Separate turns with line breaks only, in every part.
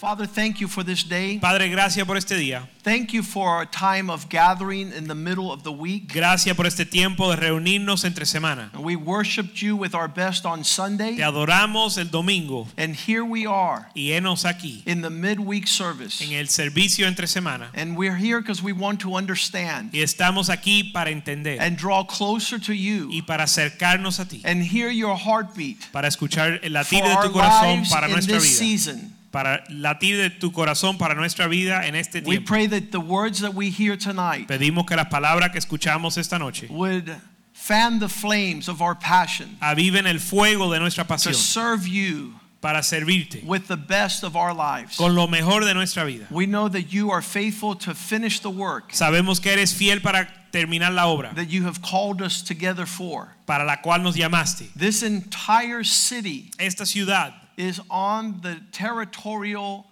Father, thank you for this day.
Padre, gracias por este día.
Thank you for our time of gathering in the middle of the week.
Gracias por este tiempo de reunirnos entre semana.
We worshiped you with our best on
Te
Sunday,
adoramos el domingo
and here we are
y enos aquí
in the midweek service.
en el servicio entre semana.
And we're here because we want to understand
Y estamos aquí para entender
and draw closer to
y
you
para acercarnos a ti,
and hear your heartbeat
para escuchar el
for
latir de
our
tu corazón
lives
para
in
nuestra
this
vida.
season.
Para latir de tu corazón para nuestra vida en este
We
tiempo.
pray that the words that we hear tonight
Pedimos que las palabras que escuchamos esta noche
would fan the flames of our passion
aviven el fuego de nuestra
to
pasión
serve you
para servirte
with the best of our lives.
con lo mejor de nuestra vida.
We know that you are faithful to finish the work
Sabemos que eres fiel para terminar la obra.
that you have called us together for.
para la cual nos llamaste.
This entire city
Esta ciudad
is on the territorial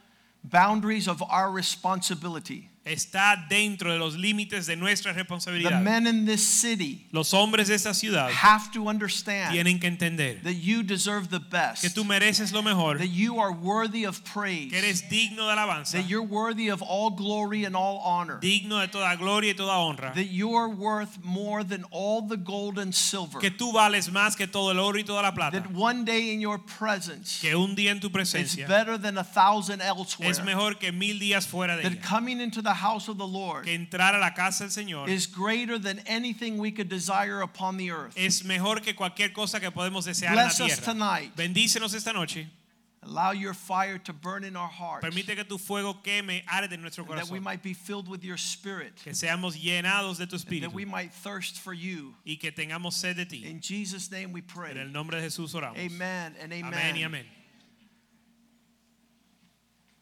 boundaries of our responsibility.
está dentro de los límites de nuestra
The
responsabilidad.
men in this city
Los hombres de esta ciudad
have to understand
tienen que entender
that you deserve the
que
best,
tú mereces lo mejor,
that you are worthy of
que
praise,
eres digno de alabanza,
that you're worthy of all glory and all honor,
digno de toda gloria y toda honra,
that you're worth more than all the gold and silver,
que tú vales más que todo el oro y toda la plata,
that one day in your presence
que un día en tu
It's
presencia
better than a thousand elsewhere.
es mejor que mil días fuera de
That
ella,
coming into the house of the Lord
que entrar a la casa del Señor
is greater than anything we could desire upon the earth.
es mejor que cualquier cosa que podemos desear en la
Bless us
tierra.
tonight.
Bendícenos esta noche.
Allow your fire to burn in our hearts.
Permite que tu fuego queme, arde en nuestro
That we
corazón.
might be filled with your spirit.
que seamos llenados de tu
That
espíritu
we might thirst for you.
y que tengamos sed de ti.
In Jesus' name we pray.
En el nombre de Jesús oramos.
Amen and
Amén y
amen.
amén.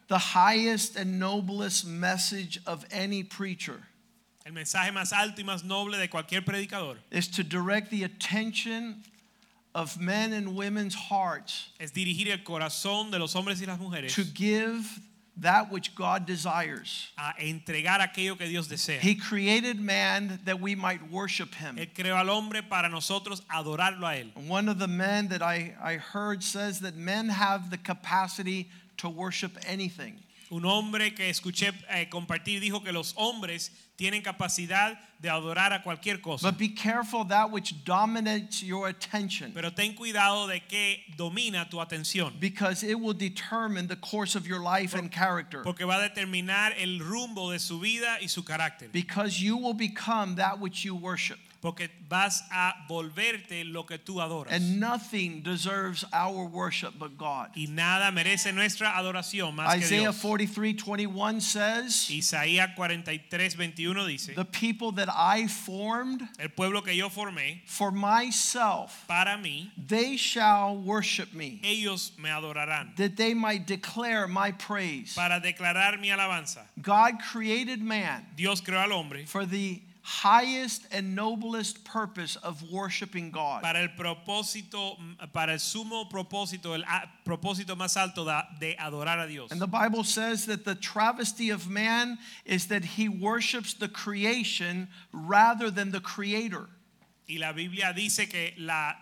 The highest and noblest message of any preacher
El mensaje más alto y más noble de cualquier predicador
is to direct the attention of men and women's hearts
es dirigir el corazón de los hombres y las mujeres
to give that which God desires.
a entregar aquello que Dios desea.
He created man that we might worship him.
Él creó al hombre para nosotros adorarlo a Él.
One of the men that I, I heard says that men have the capacity to worship anything.
Un hombre que escuché eh, compartir dijo que los hombres tienen capacidad de adorar a cualquier cosa.
But be careful of that which dominates your attention
Pero ten cuidado de que domina tu atención.
because it will determine the course of your life and character.
porque va a determinar el rumbo de su vida y su carácter.
Because you will become that which you worship.
Porque vas a volverte lo que tú adoras.
And nothing deserves our worship but God.
Y nada merece nuestra adoración más que
Isaiah
Dios.
43 21 says,
Isaías 43, 21 dice,
The people that I formed
el pueblo que yo formé
for myself,
para mí,
they shall worship me,
ellos me adorarán
that they might declare my praise.
para declarar mi alabanza.
God created man
Dios creó al hombre
for the highest and noblest purpose of worshiping God.
para el propósito, para el sumo propósito, el a- propósito más alto da- de adorar a Dios.
And the Bible says that the travesty of man is that he worships the creation rather than the creator.
Y la Biblia dice que la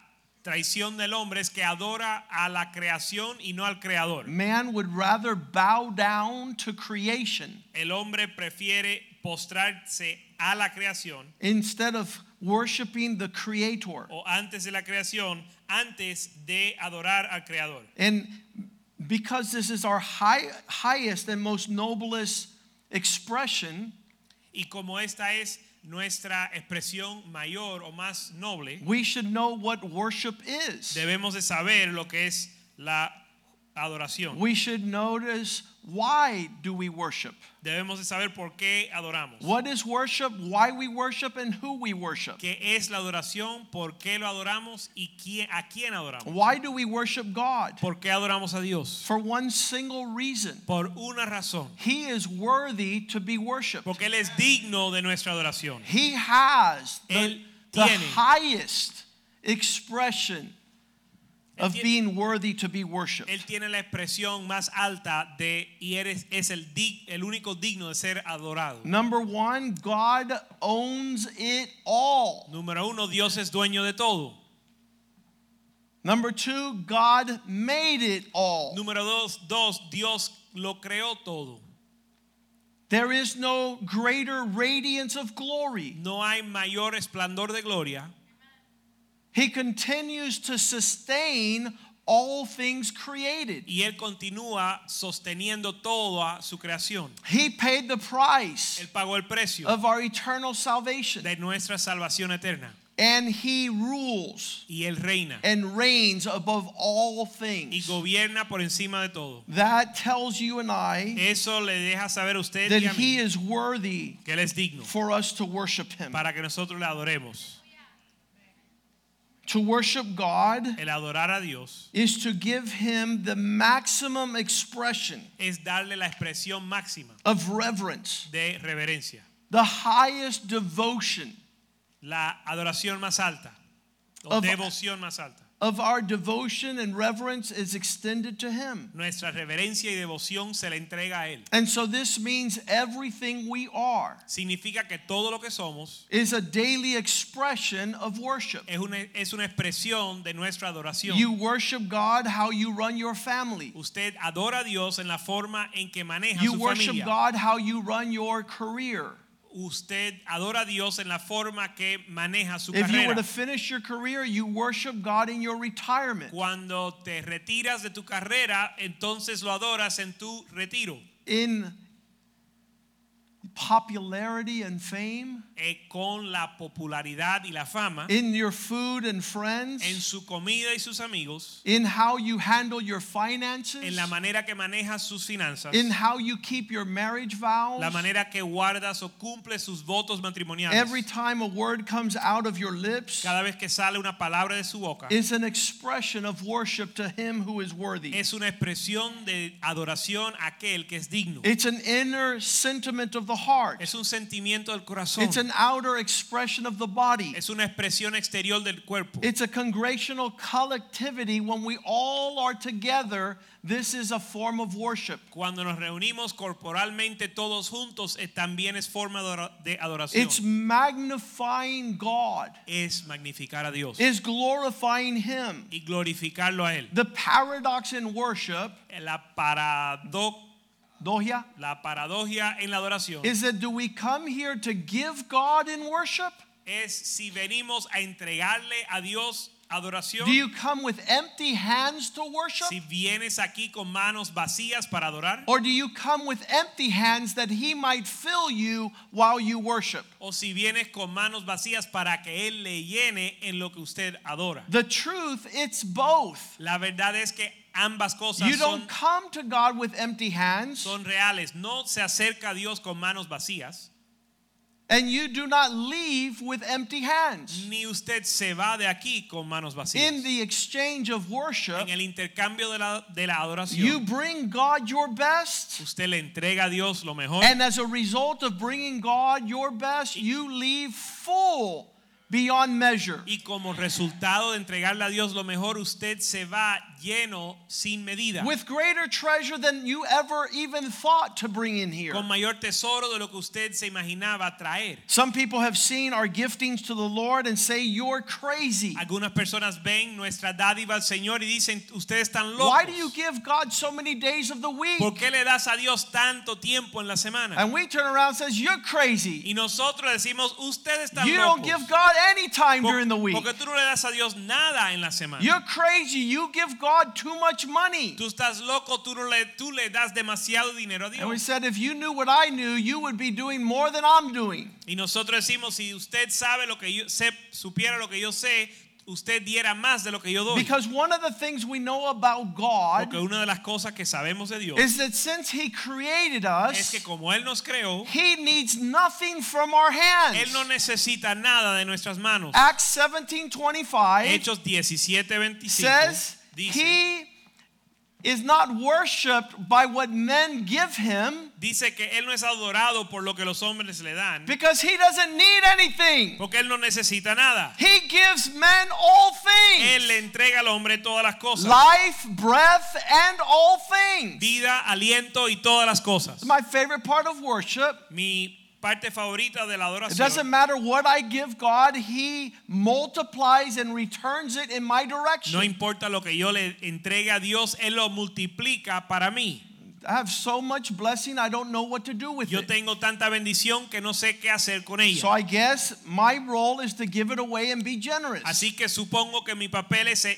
traición del hombre es que adora a la creación y no al creador.
Man would rather bow down to creation
El hombre prefiere postrarse a la creación
instead of worshiping the creator.
o antes de la creación antes de adorar al creador.
And because this is our high, highest and most noblest expression,
Y como esta es nuestra expresión mayor o más noble,
we should know what worship is.
debemos de saber lo que es la adoración.
we should notice why do we worship?
Debemos de saber por qué adoramos.
What is worship, why we worship and who we worship?
¿Qué es la adoración? ¿Por qué lo adoramos? ¿Y quién, a quién adoramos?
Why do we worship God?
¿Por qué adoramos a Dios?
For one single reason.
Por una razón.
He is worthy to be worshiped.
Porque Él es digno de nuestra adoración.
He has
Él
the, the
tiene.
highest expression
Él
of
tiene-
being worthy to be worshiped.
Él tiene la expresión más alta de y eres es el dig- el único digno de ser adorado.
Number one, God owns it all.
Número uno, Dios es dueño de todo.
Number two, God made it all.
Número dos, dos, Dios lo creó todo.
There is no greater radiance of glory.
No hay mayor esplendor de gloria.
He continues to sustain all things created.
Y Él continúa sosteniendo toda su creación.
He paid the price
Él pagó el precio
of our eternal salvation.
de nuestra salvación eterna.
And he rules
Y Él reina
and reigns above all
y
things.
gobierna por encima de todo.
That tells you and I
Eso le deja saber a usted
that
y a
he
mí
is worthy
que Él es digno
for us to worship him.
para que nosotros le adoremos.
To worship God
El adorar a Dios
is to give him the maximum expression
es darle la expresión máxima
of reverence,
de reverencia,
the highest devotion
la adoración más alta, o
Of-
devoción más alta.
of our devotion and reverence is extended to him.
Nuestra reverencia y devoción se le entrega a Él.
And so this means everything we are
Significa que todo lo que somos
is a daily expression of worship.
es una, es una expresión de nuestra adoración.
You worship God how you run your family.
Usted adora a Dios en la forma en que maneja
You
su
worship
familia.
God how you run your career.
Usted adora a Dios en la forma que maneja su
If you were to
carrera.
finish your career, you worship God in your retirement.
Cuando te retiras de tu carrera, entonces lo adoras en tu retiro.
In popularity and fame,
eh, con la popularidad y la fama,
in your food and
en
friends,
su comida y sus amigos,
in how you handle your
en
finances,
la manera que maneja sus finanzas,
in how you keep your marriage
la
vows.
manera que guardas o cumple sus votos matrimoniales.
Every time a word comes out of your lips
Cada vez que sale una palabra de su boca,
is an expression of worship to Him who is worthy.
es una expresión de adoración a aquel que es digno.
It's an inner sentiment of the heart.
Es un sentimiento del corazón.
It's an outer expression of the body.
Es una expresión exterior del cuerpo.
It's a congregational collectivity. When we all are together, this is a form of worship.
Cuando nos reunimos corporalmente todos juntos, eh, también es forma adora- de
It's
adoración.
magnifying God,
Es magnificar a Dios
it's glorifying Him.
y glorificarlo a Él.
The paradox in worship,
la parado-
Dohia,
la paradoja en la adoración
is that do we come here to give God in worship?
es si venimos a entregarle a Dios adoración
Do you come with empty hands to worship?
si vienes aquí con manos vacías para adorar
Or do you come with empty hands that he might fill you while you worship?
o si vienes con manos vacías para que él le llene en lo que usted adora
The truth, it's both.
la verdad es que ambas cosas
You don't
son,
come to God with empty hands,
son reales no se acerca a Dios con manos vacías
and you do not leave with empty hands.
ni usted se va de aquí con manos vacías
In the exchange of worship,
en el intercambio de la, de la
you
adoración
bring God your best,
usted le entrega a Dios lo mejor
and as a result of bringing God your best, you leave full beyond measure.
Y como resultado de entregarle a Dios lo mejor, usted se va lleno sin medida.
With greater treasure than you ever even thought to bring in here.
Con mayor tesoro de lo que usted se imaginaba traer.
Some people have seen our giftings to the Lord and say, You're crazy.
Algunas personas ven nuestra dádiva al Señor y dicen, ustedes están locos.
Why do you give God so many days of the
¿Por
week?
qué le das a Dios tanto tiempo en la semana?
And we turn around and says, You're crazy.
Y nosotros decimos, ustedes están
You
locos.
don't give God any time
Por-
during the week.
Porque tú no le das a Dios nada en la semana.
You're crazy. You give God too much money.
Tú estás loco, tú, no le, tú le das demasiado dinero a
And we
Dios.
said, If you knew what I knew, you would be doing more than I'm doing.
Y nosotros decimos, si usted sabe lo que yo sé, supiera lo que yo sé, usted diera más de lo que yo doy.
Because one of the things we know about God
Porque una de las cosas que sabemos de Dios
is that since He created
es
us,
que como Él nos creó,
He needs nothing from our hands.
Él no necesita nada de nuestras manos.
Acts 17 25
Hechos 17, 25
says,
dice,
He is not worshiped by what men give Him
dice que Él no es adorado por lo que los hombres le dan,
because He doesn't need anything.
porque Él no necesita nada.
He gives men all
Él le
things
entrega al hombre todas las cosas,
life, breath, and all things.
vida, aliento y todas las cosas.
My favorite part of worship.
Mi parte favorita de la
It doesn't
adoración
matter what I give God, He multiplies and returns it in my
no
direction.
importa lo que yo le entregue a Dios, Él lo multiplica para mí.
I have so much blessing, I don't know what to do with
Yo
it.
tengo tanta bendición que no sé qué hacer con ella.
So I guess my role is to give it away and be generous.
Así que supongo que mi papel es eh,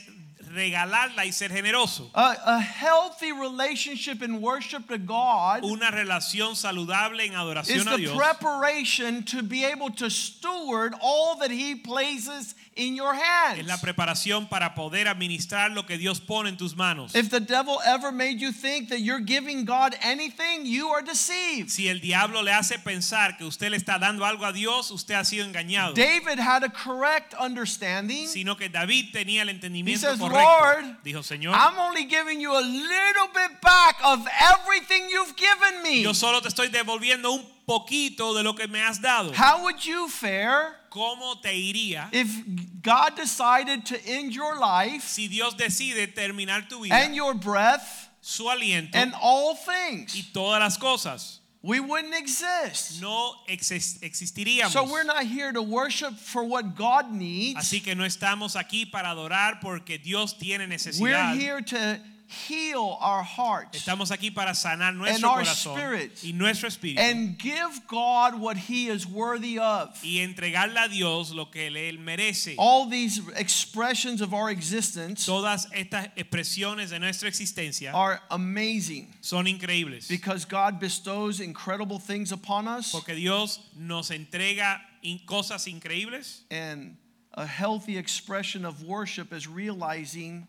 regalarla y ser generoso.
A, a healthy relationship in worship to God
Una relación saludable en
is
adoración a
the
Dios
preparation to be able to steward all that He places in your
es
hands.
la preparación para poder administrar lo que Dios pone en tus manos.
If the devil ever made you think that you're giving God anything, you are deceived.
Si el diablo le hace pensar que usted le está dando algo a Dios, usted ha sido engañado.
David had a correct understanding.
Sino que David tenía el entendimiento
He says,
correcto.
"Lord,
Dijo, Señor,
I'm only giving you a little bit back of everything you've given me.
yo solo te estoy devolviendo un poquito de lo que me has dado.
How would you fare
¿Cómo te iría
if God decided to end your life
si Dios decide terminar tu vida,
and your breath
su aliento
and all
y
things?
todas las cosas?
We wouldn't exist.
no exis- existiríamos.
So we're not here to worship for what God needs.
Así que no estamos aquí para adorar porque Dios tiene
We're
necesidad.
here to heal our hearts
Estamos aquí para sanar nuestro
our
corazón
spirits.
y nuestro espíritu
and give God what he is worthy of.
y entregarle a Dios lo que él merece.
All these expressions of our existence
Todas estas expresiones de nuestra existencia
are amazing.
son increíbles
Because God bestows incredible things upon us
porque Dios nos entrega in- cosas increíbles
and a healthy expression of worship is realizing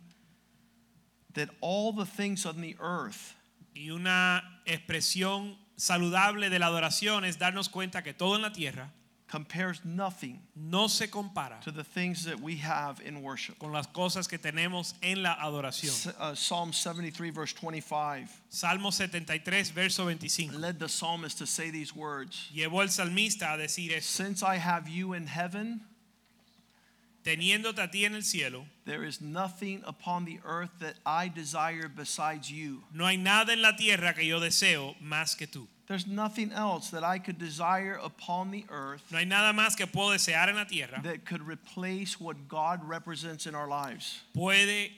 that all the things on the earth
y una expresión saludable de la adoración es darnos cuenta que todo en la tierra
compares nothing
no se compara
to the things that we have in worship.
con las cosas que tenemos en la adoración.
S- uh, Psalm 73 verse 25
Salmo 73, verso 25.
led the psalmist to say these words,
Llevó el salmista a decir esto,
since I have you in heaven,
teniéndote a ti en el cielo,
there is nothing upon the earth that I desire besides you.
no hay nada en la tierra que yo deseo más que tú.
There's nothing else that I could desire upon the earth
No hay nada más que puedo desear en la tierra.
that could replace what God represents in our lives.
Puede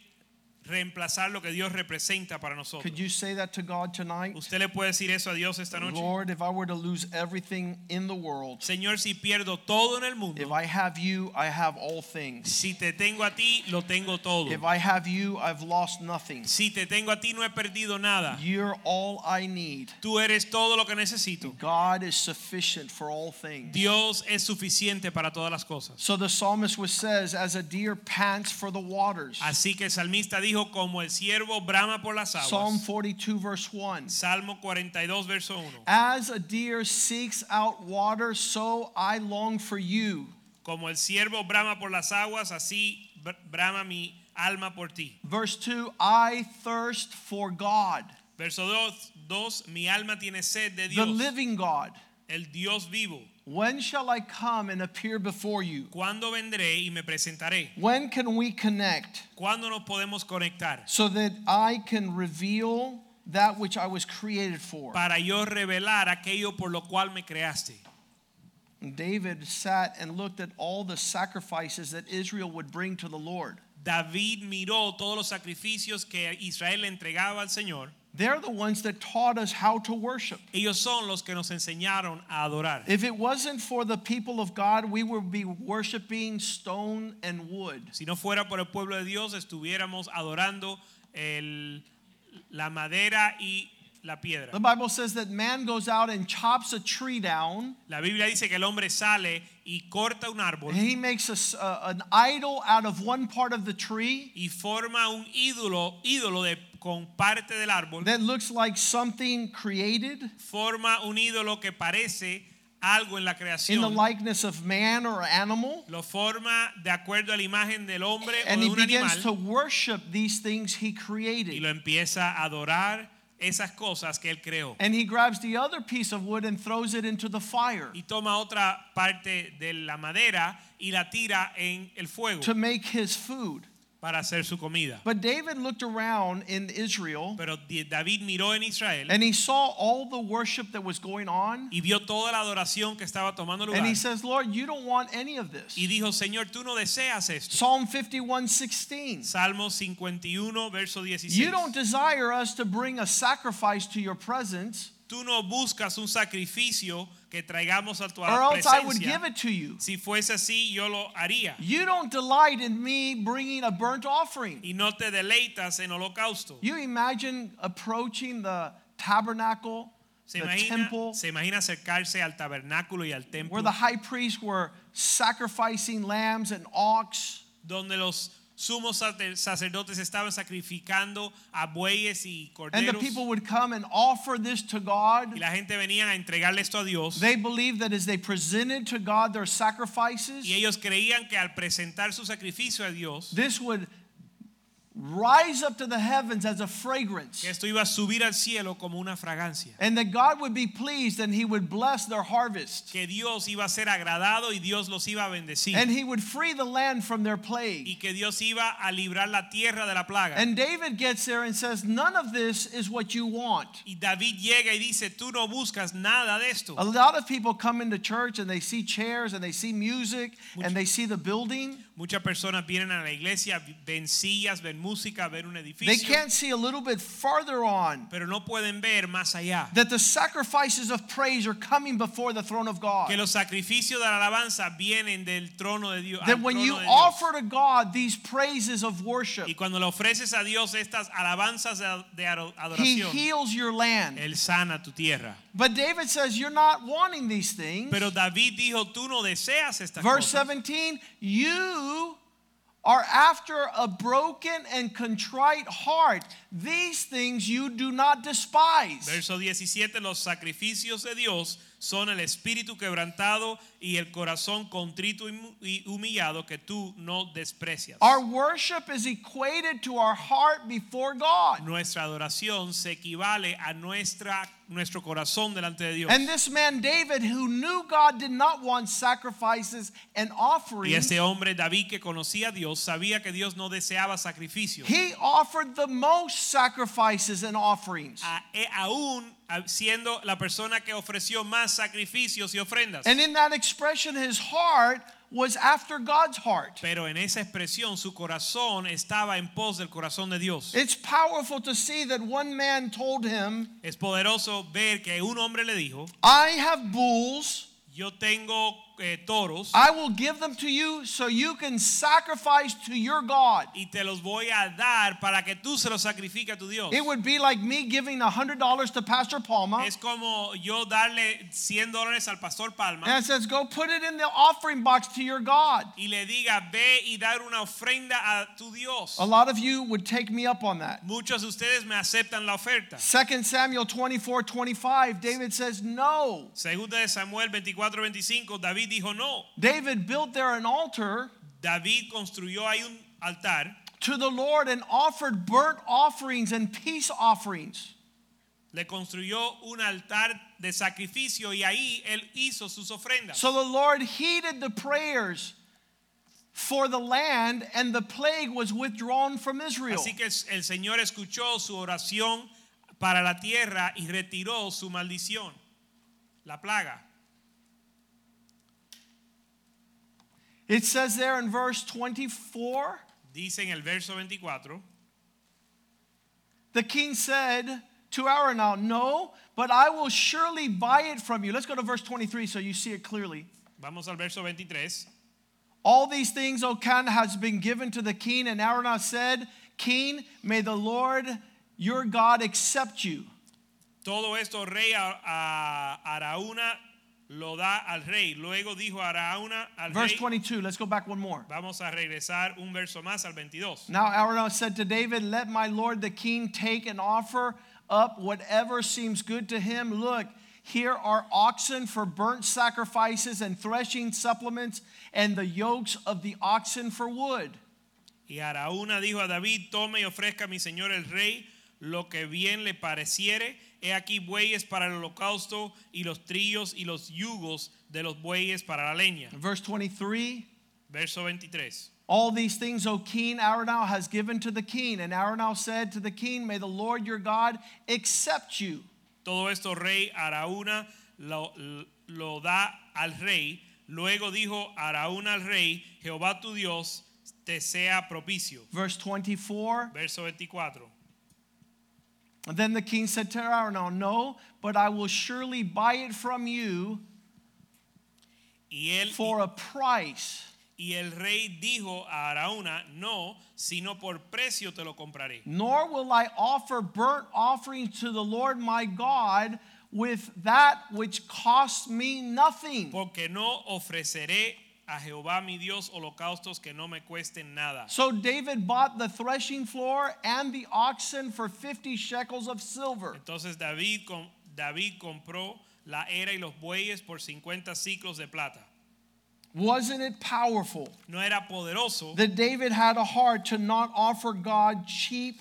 reemplazar lo que Dios representa para nosotros.
Could you say that to God tonight?
¿Usted le puede decir eso a Dios esta noche?
Lord, if I were to lose everything in the world,
Señor, si pierdo todo en el
if
mundo,
I have you, I have all things.
si te tengo a ti, lo tengo todo.
If I have you, I've lost nothing.
Si te tengo a ti, no he perdido nada.
You're all I need.
Tú eres todo lo que necesito.
God is sufficient for all things.
Dios es suficiente para todas las cosas.
So the psalmist was says, as a deer pants for the waters.
Así que el salmista dijo, como el siervo brama por las aguas.
Psalm 42 verse 1.
Salmo 42, verso 1.
As a deer seeks out water, so I long for you.
Como el siervo brama por las aguas, así br- brama mi alma por ti.
Verse 2 I thirst for God,
Verso 2, mi alma tiene sed de
the
Dios,
living God.
el Dios vivo.
When shall I come and appear before you?
¿Cuándo vendré y me presentaré?
When can we connect
¿Cuándo nos podemos conectar?
so that I can reveal that which I was created for?
Para yo revelar aquello por lo cual me creaste.
And David sat and looked at all the sacrifices that Israel would bring to the Lord.
David miró todos los sacrificios que Israel le entregaba al Señor.
They're the ones that taught us how to worship.
Ellos son los que nos enseñaron a adorar.
If it wasn't for the people of God, we would be worshiping stone and wood.
Si no fuera por el pueblo de Dios, estuviéramos adorando el- la madera y la piedra.
The Bible says that man goes out and chops a tree down,
La Biblia dice que el hombre sale y corta un árbol
and he makes a s- a- an idol out of one part of the tree
y forma un ídolo, ídolo de, con parte del árbol.
that looks like something created
Forma un ídolo que parece algo en la
in the
creación.
likeness of man or animal.
Lo forma de acuerdo a la imagen del hombre o
And
de
he
un
begins to
animal
worship these things he
y lo
created.
empieza a adorar esas cosas que él creó.
And he grabs the other piece of wood and throws it into the fire
Y toma otra parte de la madera y la tira en el fuego
to make his food.
para hacer su comida.
But David looked around in Israel
Pero Di- David miró en Israel
and he saw all the worship that was going on.
y vio toda la adoración que estaba tomando lugar.
And he says, Lord, you don't want any of this.
Y dijo, Señor, tú no deseas esto.
Psalm 51 16.
Salmo 51, verso 16.
You don't desire us to bring a sacrifice to your presence,
Tú no buscas un sacrificio que traigamos a tu
or else I would
presencia.
give it to you.
Si fuese así, yo lo haría.
You don't delight in me bringing a burnt offering.
Y no te deleitas en holocausto.
You imagine approaching the tabernacle,
Se
the
imagina,
temple,
se imagina acercarse al tabernáculo y al templo
where the high priests were sacrificing lambs and ox,
donde los sumos sacer- sacerdotes estaban sacrificando a bueyes y
and the
corderos
people would come and offer this to God.
y la gente venía a entregarle esto a Dios
They believed that as they presented to God their sacrifices,
y ellos creían que al presentar su sacrificio a Dios
this would rise up to the heavens as a fragrance.
que esto iba a subir al cielo como una fragancia
And that God would be pleased and he would bless their harvest.
que Dios iba a ser agradado y Dios los iba a bendecir
And he would free the land from their plague.
y que Dios iba a librar la tierra de la plaga
And David gets there and says, None of this is what you want.
y David llega y dice tú no buscas nada de esto
A lot of people come into church and they see chairs and they see music and they see the building.
muchas personas vienen a la iglesia ven sillas ven música ven un
They
edificio
can't see a little bit farther on
pero no pueden ver más allá
that the sacrifices of praise are coming before the throne of God.
que los sacrificios de la alabanza vienen del trono de Dios. al
That when
trono
you
de Dios.
offer to God these praises of worship,
y cuando le ofreces a Dios estas alabanzas de, de ado-
he
adoración,
heals your land.
él sana tu tierra.
But David says, You're not wanting these things.
Pero David dijo, tú no deseas estas
Verse
cosas.
17, you are after a broken and contrite heart. These things you do not despise.
Verso 17, los sacrificios de Dios son el espíritu quebrantado y el corazón contrito y mu- y humillado que tú no desprecias.
Our worship is equated to our heart before God.
Nuestra adoración se equivale a nuestra, nuestro corazón delante de Dios.
And this man David, who knew God did not want sacrifices and
Y
offerings,
ese hombre David que conocía a Dios sabía que Dios no deseaba sacrificio.
he offered the most sacrifices and offerings.
A- e- aún a- siendo la persona que ofreció más sacrificios y ofrendas.
And in that expression, his heart was after God's heart.
Pero en esa expresión su corazón estaba en pos del corazón de Dios.
It's powerful to see that one man told him,
Es poderoso ver que un hombre le dijo,
I have bulls.
yo tengo eh, toros
I will give them to you so you can sacrifice to your God.
y te los voy a dar para que tú se los sacrifiques a tu Dios.
It would be like me giving $100 to Pastor Palma
Es como yo darle 100 dólares al pastor Palma
and says, Go put it in the offering box to your God.
y le diga, ve y dar una ofrenda a tu Dios.
A lot of you would take me up on that.
Muchos de ustedes me aceptan la oferta.
2 Samuel 24 25, David says, No.
Segunda de Samuel 24:25, David dijo no.
David built there an altar
David construyó ahí un altar,
to the Lord and offered burnt offerings and peace offerings.
le construyó un altar de sacrificio y ahí él hizo sus ofrendas.
So the Lord heeded the prayers for the land, and the plague was withdrawn from Israel.
Así que el Señor escuchó su oración para la tierra y retiró su maldición, la plaga.
It says there in verse 24
Dice en el verso 24,
the king said to Aronau, No, but I will surely buy it from you. Let's go to verse 23 so you see it clearly.
vamos al verso 23.
All these things, O Can, has been given to the king, and Aronau said, King, may the Lord your God accept you.
Todo esto rey a, a- Araúna lo da al rey. Luego dijo Araúna al
Verse
rey.
22, let's go back one more.
Vamos a regresar un verso más al 22.
Now Araunah said to David, Let my lord the king take and offer up whatever seems good to him. Look, here are oxen for burnt sacrifices and threshing supplements, and the yokes of the oxen for wood.
Y Araúna dijo a David, tome y ofrezca a mi señor el rey lo que bien le pareciere. He aquí bueyes para el holocausto y los trillos y los yugos de los bueyes para la leña.
Verse 23.
Verso 23.
All these things, O king, Aronau has given to the king. And Aronau said to the king, May the Lord your God accept you.
Todo esto rey Araúna lo, lo da al rey. Luego dijo Araúna al rey, Jehová tu Dios te sea propicio.
Verse 24.
Verso 24.
And then the king said to Aronau, No, but I will surely buy it from you
Y él
for a price.
y el rey dijo a Araúna, no, sino por precio te lo compraré.
Nor will I offer burnt offerings to the Lord my God with that which costs me nothing.
Porque no ofreceré a Jehová mi Dios holocaustos que no me cuesten nada.
So David bought the threshing floor and the oxen for 50 shekels of silver.
Entonces David, com- David compró la era y los bueyes por 50 ciclos de plata.
Wasn't it powerful?
No era poderoso
that David had a heart to not offer God cheap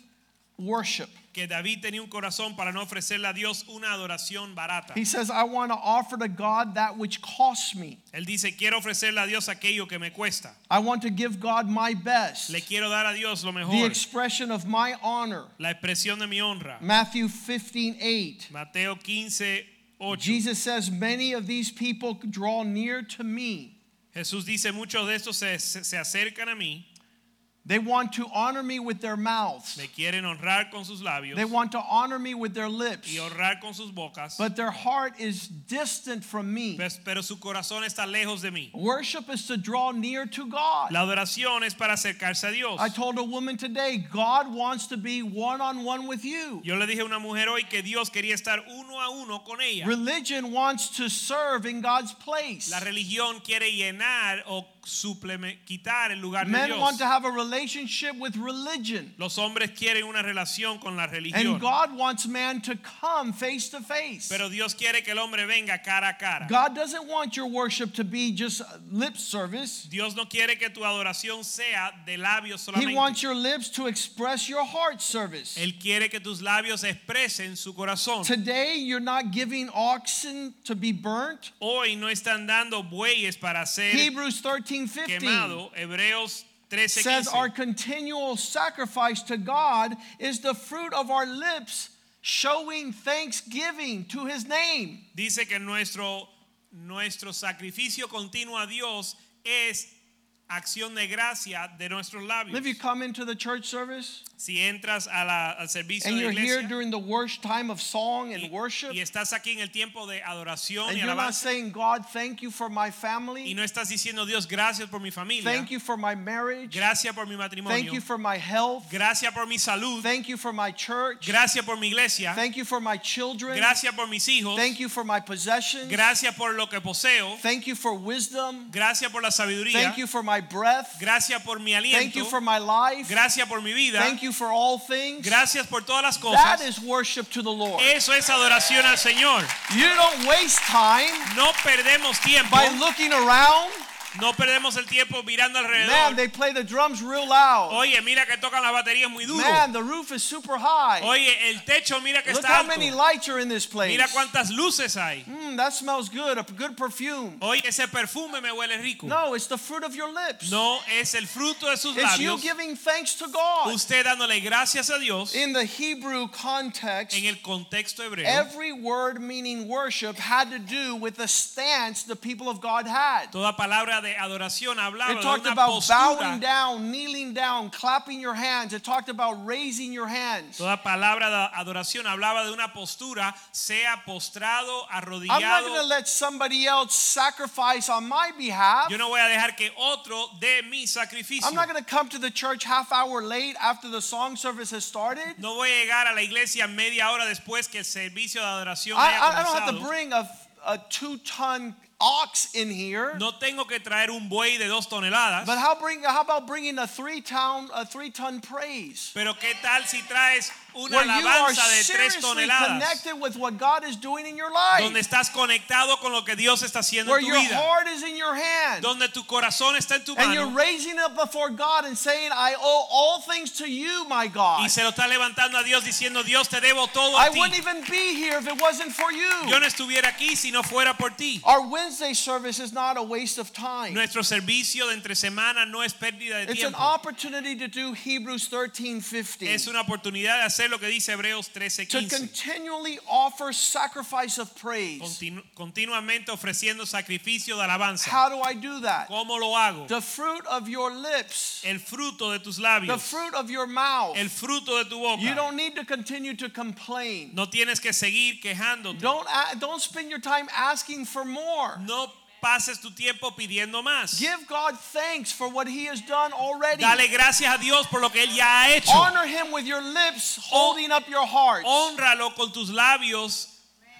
worship.
que David tenía un corazón para no ofrecerle a Dios una adoración barata.
He says, I want to offer to God that which costs me.
Él dice, quiero ofrecerle a Dios aquello que me cuesta.
I want to give God my best,
Le quiero dar a Dios lo
the
mejor,
expression of my honor.
la expresión de mi honra.
Matthew 15, 8.
Mateo 15, 8.
Jesus says, Many of these people draw near to me.
Jesús dice, muchos de estos se, se- se acercan a mí,
They want to honor me with their mouths,
me quieren honrar con sus labios
they want to honor me with their lips,
y honrar con sus bocas,
but their heart is distant from me.
pues- pero su corazón está lejos de mí.
Worship is to draw near to God.
La adoración es para acercarse a Dios.
I told a woman today, God wants to be one on one with you.
Yo le dije a una mujer hoy que Dios quería estar uno a uno con ella.
Religion wants to serve in God's place.
La religión quiere llenar o supleme- quitar el lugar de
Men want
Dios.
to have a relationship with religion.
Los hombres quieren una relación con la religión,
And God wants man to come face to face.
pero Dios quiere que el hombre venga cara a cara.
God doesn't want your worship to be just lip service.
Dios no quiere que tu adoración sea de labios
He wants
solamente.
your lips to express your heart service.
Él quiere que tus labios expresen su corazón.
Today, you're not giving oxen to be burnt.
Hoy no están dando bueyes para ser
Hebrews 13 15.
quemado. Hebreos 13,
says our
15.
continual sacrifice to God is the fruit of our lips showing thanksgiving to his name.
Dice que nuestro, nuestro sacrificio continuo a Dios es acción de gracia de nuestros labios.
If you come into the church service
Si entras a la- al servicio
and
de
you're
la
here
iglesia
during the worst time of song and worship
y estás aquí en el tiempo de adoración
and
y
you're not
alabanza
saying God thank you for my
y
family,
no estás diciendo Dios gracias por mi familia,
thank you for my marriage,
gracias por mi
thank
matrimonio,
you for my health,
gracias por mi salud,
thank you for my church,
gracias por mi iglesia,
thank you for my children,
gracias por mis hijos,
thank you for my possessions,
gracias por lo que poseo,
thank you for wisdom,
gracias por la sabiduría,
thank you for my breath,
gracias por mi
thank you
aliento,
for my life.
gracias por mi vida,
Thank you for all things.
gracias Eh. por todas las
That
cosas.
is worship to the Lord.
Eso es adoración al Señor.
You don't waste time
No perdemos tiempo,
by looking around.
no perdemos el tiempo mirando
Man,
alrededor.
they play the drums real loud.
Oye, mira que tocan las baterías muy duro.
Man, the roof is super high.
Oye, el techo mira que
Look
está
how many
alto.
lights are in this place.
Mira cuántas luces hay.
Mm, that smells good, a good perfume.
Oye, ese perfume me huele rico.
No, it's the fruit of your lips.
Oh. No es el fruto de sus
It's you
labios.
giving thanks to God.
Usted dándole gracias a Dios
In the Hebrew context,
en el contexto hebreo.
every word meaning worship had to do with the stance the people of God had.
Toda palabra de adoración hablaba
It
de
talked
una
about bowing
postura.
down, kneeling down, clapping your hands. It talked about raising your hands.
Toda palabra de adoración hablaba de una postura, sea postrado,
I'm not going to
arrodillado.
let somebody else sacrifice on my behalf.
Yo no voy a dejar que otro dé mi sacrificio.
I'm not going to come to the church half hour late after the song service has started.
No voy a llegar a la iglesia media hora después que el servicio de adoración
I,
haya
I, I don't have to
comenzado.
bring a, a two ton ox in here.
No tengo que traer un buey de dos toneladas.
But how, bring, how about bringing a three ton, a three ton praise?
Pero qué tal si traes una
Where you are
alabanza de tres
seriously
toneladas,
connected with what God is doing in your
donde
life.
estás conectado con lo que Dios está haciendo
Where
en tu
your
vida,
heart is in your hand.
donde tu corazón está en tu
And you're
mano
raising up before God and saying, I owe all things to you, my God.
y se lo está levantando a Dios diciendo, Dios te debo todo
I
a ti.
wouldn't even be here if it wasn't for you.
Yo no estuviera aquí si no fuera por ti.
Our Wednesday service is not a waste of time.
Nuestro servicio de entre semana no es pérdida de
It's an
tiempo.
opportunity to do Hebrews 13, 15.
Es una oportunidad de hacer lo que dice Hebreos
To
13:15.
continually offer sacrifice of praise.
Continu- continuamente ofreciendo sacrificio de alabanza.
How do I do that?
¿Cómo lo hago?
The fruit of your lips,
El fruto de tus
the
labios,
fruit of your mouth.
el fruto de tu
You
boca.
don't need to continue to complain.
No tienes que seguir quejándote.
Don't, a- don't spend your time asking for more.
No pases tu tiempo pidiendo más.
Give God thanks for what He has done already.
Dale gracias a Dios por lo que Él ya ha hecho.
Honor Him with your lips, holding up your heart,
Honralo con tus labios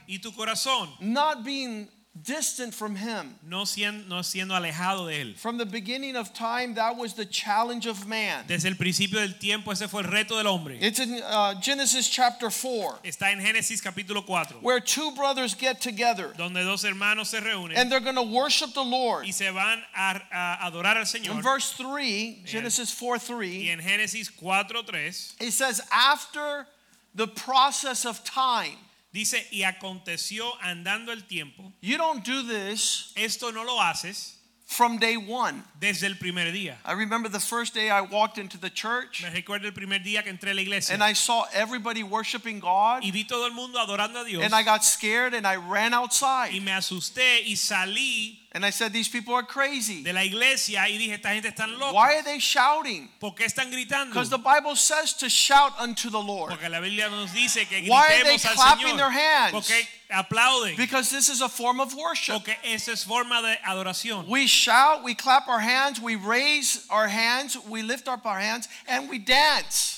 y tu corazón,
not being distant from Him.
no siendo, no siendo alejado de Él.
From the beginning of time, that was the challenge of man.
Desde el principio del tiempo ese fue el reto del hombre.
It's in uh, Genesis chapter 4,
Está en Génesis capítulo 4,
where two brothers get together
donde dos hermanos se reúnen
and they're going to worship the Lord.
y se van a, a adorar al
In
Señor.
verse 3, Genesis 4
Y
3,
en Génesis 4:3
it says, After the process of time,
dice, y aconteció andando el tiempo,
you don't do this
esto no lo haces
from day one.
desde el primer día.
I remember the first day I walked into the church
Me recuerdo el primer día que entré a la iglesia
and I saw everybody worshiping God
y vi todo el mundo adorando a Dios
and I got scared and I ran
y
outside
me asusté y salí
and I said, These people are crazy.
de la iglesia y dije, esta gente está loca.
Why are they shouting?
¿Por qué están gritando?
Because the Bible says to shout unto the Lord.
Porque la Biblia nos dice que
Why are they
gritemos al
clapping
Señor.
their hands?
Porque aplauden.
Because this is a form of worship.
Porque esa es forma de adoración.
We shout, we clap our hands, we raise our hands, we lift up our hands, and we dance.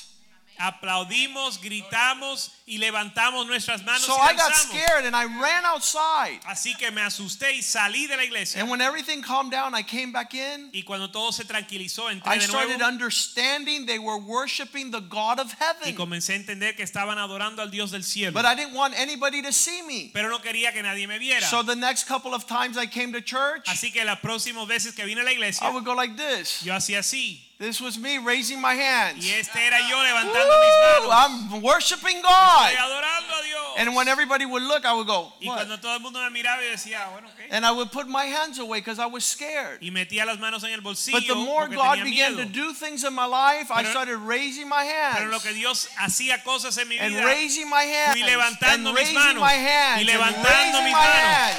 Aplaudimos, gritamos y levantamos nuestras manos
So
y
I got
danzamos.
scared and I ran outside.
Así que me asusté y salí de la iglesia.
And when everything calmed down, I came back in.
Y cuando todo se tranquilizó, entré
I
de
started
nuevo
understanding they were worshiping the God of
y
heaven.
comencé a entender que estaban adorando al Dios del cielo.
But I didn't want anybody to see me.
Pero no quería que nadie me viera.
So the next couple of times I came to church,
Así que las próximas veces que vine a la
I
iglesia,
would go like this.
yo hacía así.
This was me raising my hands.
Y este era yo levantando mis
Woo!
manos.
I'm worshiping
Estoy
God.
adorando a Dios.
And when everybody would look, I would go,
y
what?
cuando todo el mundo me miraba, yo decía, bueno, ¿qué?
And I would put my hands away because I was scared.
Y metía las manos en el bolsillo
But the more
porque
God
tenía
began to
miedo.
do things in my life, I
Pero-
started raising my
Pero en lo
hands
que Dios hacía cosas en mi
and
vida,
raising my hands
fui
and
levantando mis
raising
manos
my
y
hands and
levantando
raising
mis
my
manos.
hands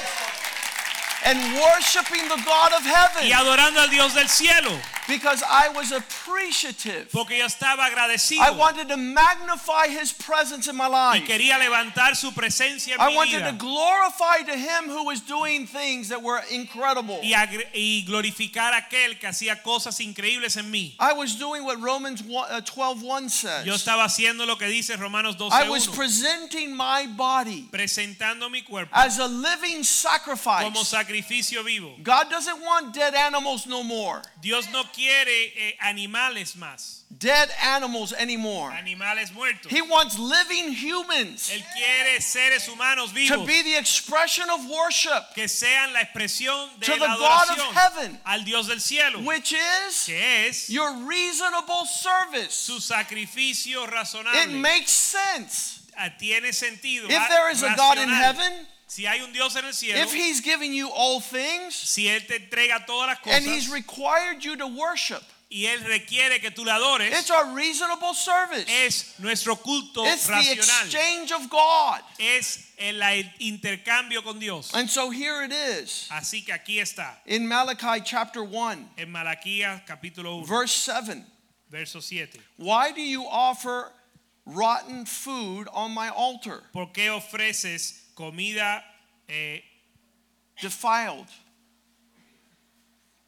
and worshiping the God of
y
heaven
adorando al Dios del cielo,
because I was appreciative.
porque yo estaba agradecido
I wanted to magnify His presence in my
y
life.
quería levantar su presencia en
I
mi
wanted
vida
to glorify to Him who was doing things that were incredible.
y, agre- y glorificar a aquel que hacía cosas increíbles en mí.
I was doing what Romans 12 1 says.
Yo estaba haciendo lo que dice Romanos
I was
12:1,
presenting my body
presentando mi cuerpo
as a living
como
sacrifice.
sacrificio vivo.
God doesn't want dead animals no more.
Dios no quiere eh, animales más,
Dead animals anymore.
animales muertos.
He wants living humans
Él quiere seres humanos
to
vivos
be the expression of worship,
que sean la expresión de
To the
la
God of
adoración
heaven.
al Dios del cielo,
which is
que es
your reasonable service.
su sacrificio
It
razonable.
makes sense.
Ah, Tiene sentido.
If
ah,
there is a God in
racional.
heaven,
si hay un Dios en el cielo,
if He's giving you all things,
si él te entrega todas las
and He's
cosas
required you to worship,
y Él requiere que tú le adores,
It's our reasonable service.
es nuestro culto
It's the
racional.
exchange of God.
Es el el intercambio con Dios.
And so here it is
Así que aquí está,
in Malachi chapter 1,
en Malaquías capítulo 1,
verse 7.
verso 7.
Why do you offer rotten food on my altar,
¿Por qué ofreces comida eh,
defiled?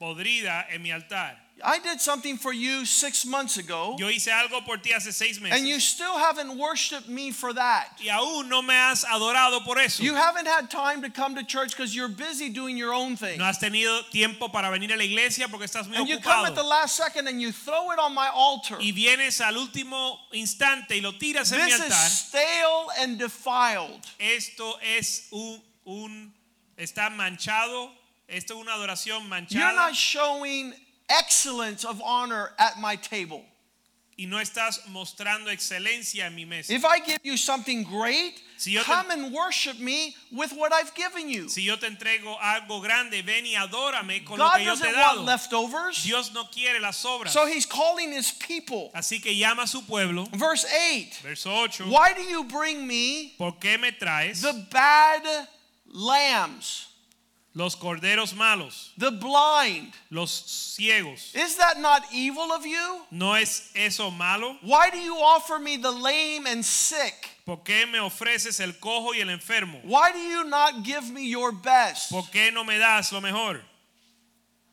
podrida en mi altar?
I did something for you six months ago,
Yo hice algo por ti hace seis meses
and you still haven't worshiped me for that.
y aún no me has adorado por eso.
You haven't had time to come to church because you're busy doing your own thing.
No has tenido tiempo para venir a la iglesia porque estás muy
And you come at the
ocupado.
last second and you throw it on my altar.
Y vienes al último instante y lo tiras en mi
This is
altar.
stale and defiled.
Esto es un, un- está manchado. Esto es una adoración
You're
manchada
not showing excellence of honor at my table.
y no estás mostrando excelencia en mi mesa.
If I give you something great,
Si yo te-
come and worship me with what I've given you.
Si yo te entrego algo grande, ven y adórame con lo
God
que yo te he
doesn't want
dado.
leftovers.
Dios no quiere las obras.
So he's calling his people.
Así que llama a su pueblo.
Verse 8
Verso 8.
Why do you bring me
¿Por qué me traes
the bad lambs,
los corderos malos,
the blind?
los ciegos?
Is that not evil of you?
¿No es eso malo?
Why do you offer me the lame and sick?
¿Por qué me ofreces el cojo y el enfermo?
Why do you not give me your best?
¿Por qué no me das lo mejor?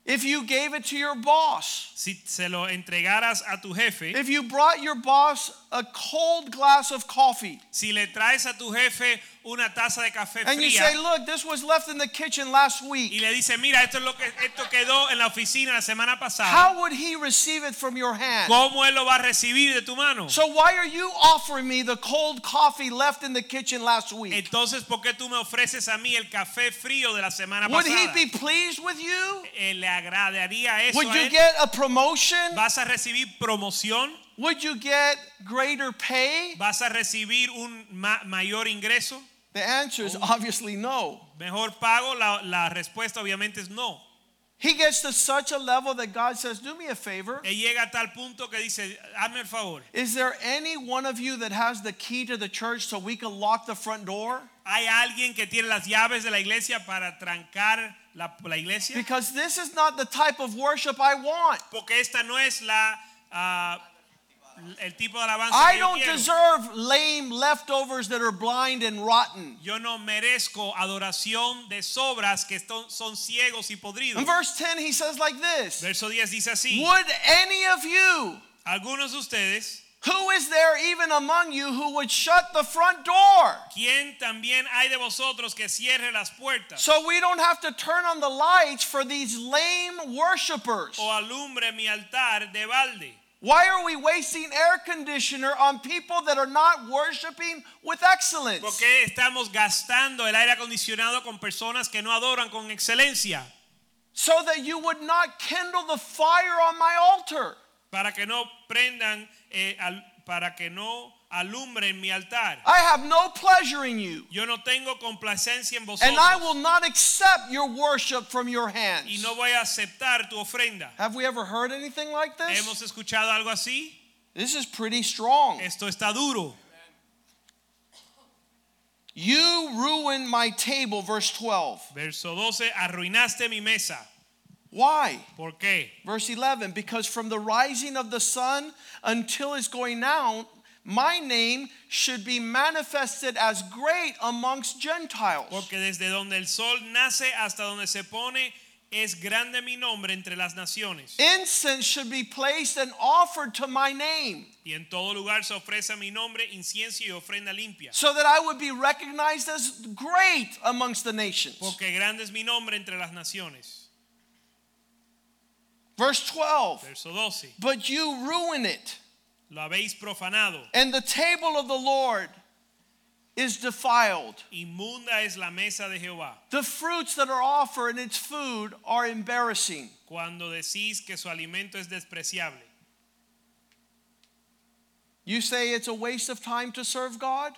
If you gave it to your boss,
Si se lo entregaras a tu jefe,
if you brought your boss a cold glass of coffee
si le traes a tu jefe una taza de café
and you say,
fría
Look, this was left in the kitchen last
y
week,
le dices, mira, esto es lo que esto quedó en la oficina la semana pasada,
how would he receive it from your hand?
¿cómo él lo va a recibir de tu mano?
So why are you offering me the cold coffee left in the kitchen last week?
Entonces, ¿por qué tú me ofreces a mí el café frío de la semana
Would he
pasada?
be pleased with you?
Eh, ¿Le agradaría eso
Would
a
you
él?
get a promotion?
¿Vas a recibir promoción?
Would you get greater pay?
¿Vas a recibir un ma- mayor ingreso?
The answer is obviously no.
¿Mejor pago? La, la respuesta obviamente es no.
He gets to such a level that God says, Do me a favor.
Él llega a tal punto que dice, hazme el favor.
Is there any one of you that has the key to the church so we can lock the front door?
¿Hay alguien que tiene las llaves de la iglesia para trancar la, la iglesia?
Because this is not the type of worship I want.
Porque esta no es la ah, el tipo de alabanza
I
que yo
don't
quiero.
deserve lame leftovers that are blind and rotten.
Yo no merezco adoración de sobras que son, son ciegos y podridos.
In verse 10, he says like this
Verso 10 dice así,
Would any of you,
algunos de ustedes
who is there even among you, who would shut the front door
¿Quién también hay de vosotros que cierre las puertas
so we don't have to turn on the lights for these lame worshipers?
o alumbre mi altar de balde?
Why are we wasting air conditioner on people that are not worshiping with excellence?
¿Por qué estamos gastando el aire acondicionado con personas que no adoran con excelencia?
so that you would not kindle the fire on my altar.
Para que no prendan, eh, al- para que no alumbren mi altar.
I have no pleasure in you,
Yo no tengo complacencia en
and I
vosotros
will not accept your worship from your
y
hands.
no voy a aceptar tu ofrenda.
Have we ever heard anything like this?
¿Hemos escuchado algo así?
This is pretty strong.
Esto está duro.
You ruined my table, verse 12.
Verso 12, arruinaste mi mesa.
Why?
¿Por qué?
Verse 11, because from the rising of the sun until its going down, my name should be manifested as great amongst Gentiles.
Porque desde donde el sol nace hasta donde se pone es grande mi nombre entre las naciones.
Incense should be placed and offered to my name,
Y en todo lugar se ofrece a mi nombre incienso y ofrenda limpia.
so that I would be recognized as great amongst the nations.
Porque grande es mi nombre entre las naciones.
Verse 12
Verso 12.
But you ruin it,
Lo habéis profanado.
and the table of the Lord is defiled.
Inmunda es la mesa de Jehová.
The fruits that are offered in its food are embarrassing.
Cuando decís que su alimento es despreciable.
You say it's a waste of time to serve God?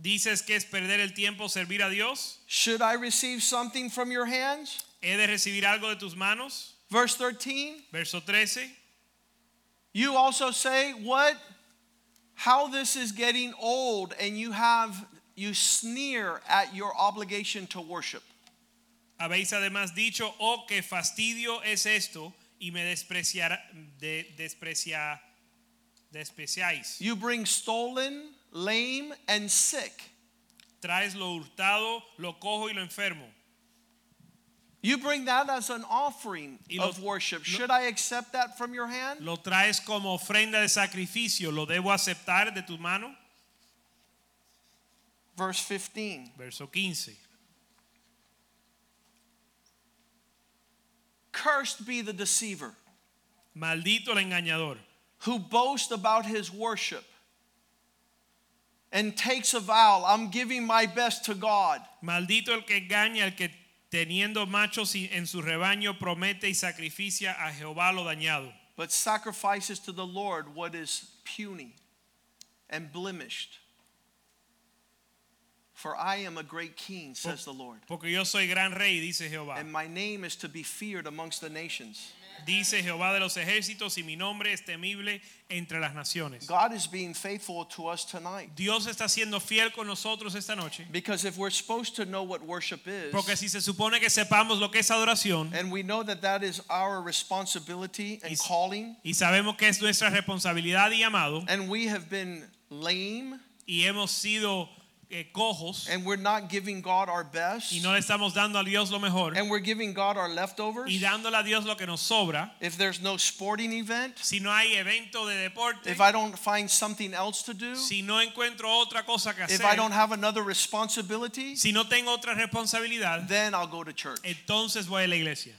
Dices que es perder el tiempo servir a Dios.
Should I receive something from your hands?
He de recibir algo de tus manos.
Verse 13
Verso 13.
You also say, What? How this is getting old, and you have, you sneer at your obligation to worship.
Habéis además dicho, oh, qué fastidio es esto, y me despreciará, de, desprecia, despreciáis.
You bring stolen, lame, and sick.
Traes lo hurtado, lo cojo y lo enfermo.
You bring that as an offering
Y lo-
of worship.
lo-
Should I accept that from your hand?
Lo traes como ofrenda de sacrificio, lo debo aceptar de tu mano.
Verse 15.
Verso 15.
Cursed be the deceiver
Maldito el engañador,
who boasts about his worship and takes a vow, I'm giving my best to God.
maldito el que engaña, el que teniendo machos y- en su rebaño promete y sacrificia a Jehová lo dañado,
but sacrifices to the Lord what is puny and blemished. For I am a great king, says the Lord,
porque yo soy gran rey, dice Jehová.
and my name is to be feared amongst the nations.
Dice Jehová de los ejércitos y mi nombre es temible entre las naciones.
God is being faithful to us tonight.
Dios está siendo fiel con nosotros esta noche.
Because if we're supposed to know what worship is,
Porque si se supone que sepamos lo que es adoración
and we know that that is our responsibility and
Is-
calling,
y sabemos que es nuestra responsabilidad y amado
and we have been lame
y hemos sido eh, cojos
and we're not giving God our best,
y no le estamos dando a Dios lo mejor
and we're giving God our leftovers,
y dándole a Dios lo que nos sobra,
if there's no sporting event,
si no hay evento de deporte,
if I don't find something else to do,
si no encuentro otra cosa que hacer,
if I don't have another responsibility,
si no tengo otra responsabilidad,
then I'll go to church.
entonces voy a la iglesia.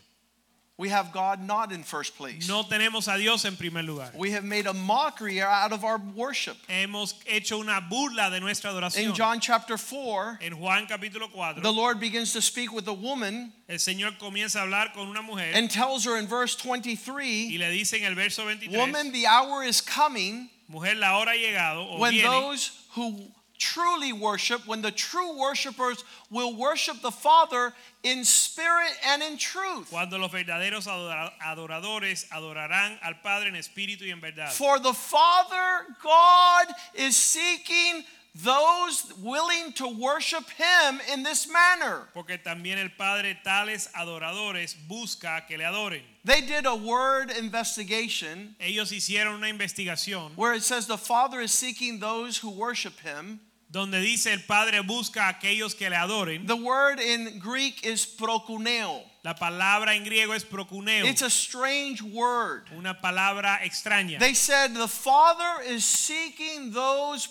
We have God not in first place.
No tenemos a Dios en primer lugar.
We have made a mockery out of our worship.
hemos hecho una burla de nuestra
In
adoración.
John chapter 4,
en Juan capítulo 4,
the Lord begins to speak with a woman
el Señor comienza a hablar con una mujer
and tells her in verse
y
23
le dice en el verso 23,
Woman, the hour is coming
mujer, la hora ha llegado o
when
viene,
those who truly worship, when the true worshipers will worship the Father in spirit and in truth.
cuando los verdaderos adora- adoradores adorarán al Padre en espíritu y en verdad.
For the Father God is seeking those willing to worship Him in this manner.
Porque también el Padre tales adoradores busca que le adoren.
They did a word investigation
Ellos hicieron una investigación
where it says the Father is seeking those who worship Him.
donde dice el Padre busca a aquellos que le adoren.
The word in Greek is prokuneo.
La palabra en griego es procuneo,
It's a strange word.
una palabra extraña.
They said the Father is seeking those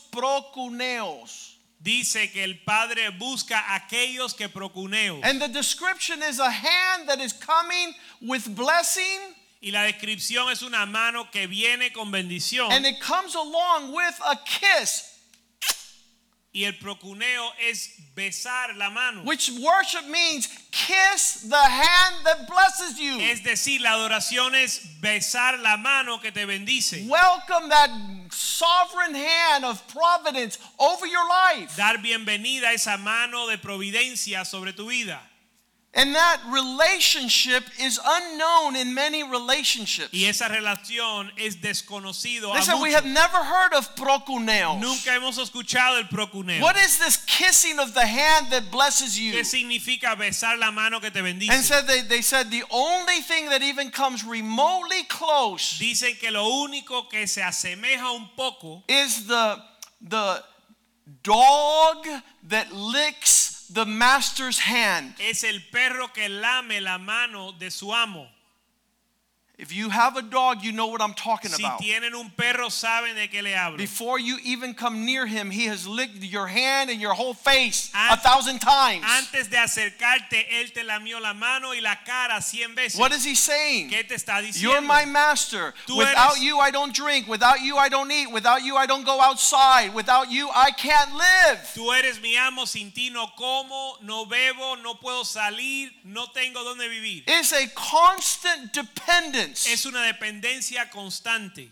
prokuneos.
Dice que el Padre busca a aquellos que procuneo.
And the description is a hand that is coming with blessing.
Y la descripción es una mano que viene con bendición.
And it comes along with a kiss,
Y el procuneo es besar la mano.
which worship means kiss the hand that blesses you.
Es decir, la adoración es besar la mano que te bendice.
Welcome that sovereign hand of providence over your life.
Dar bienvenida a esa mano de providencia sobre tu vida.
And that relationship is unknown in many relationships.
Y esa relación es desconocido a
Listen, we
muchos.
have never heard of prokuneos.
Nunca hemos escuchado el procuneo.
What is this kissing of the hand that blesses you?
¿Qué significa besar la mano que te bendice?
And said they, they said the only thing that even comes remotely close
Dicen que lo único que se asemeja un poco
is the the dog that licks the master's hand.
es el perro que lame la mano de su amo.
If you have a dog, you know what I'm talking
Si
about.
tienen un perro saben de qué le hablo.
Before you even come near him, he has licked your hand and your whole face a
Ant-
thousand times.
Antes de acercarte, él te lamió la mano y la cara cien veces.
What is he saying?
¿Qué te está
You're
diciendo?
my master.
Tú
Without
eres-
you, I don't drink. Without you, I don't eat. Without you, I don't go outside. Without you, I can't live.
Tú eres mi amo, sin ti no como, no bebo, no puedo salir, no tengo dónde vivir.
It's a constant
Es
dependence
una dependencia constante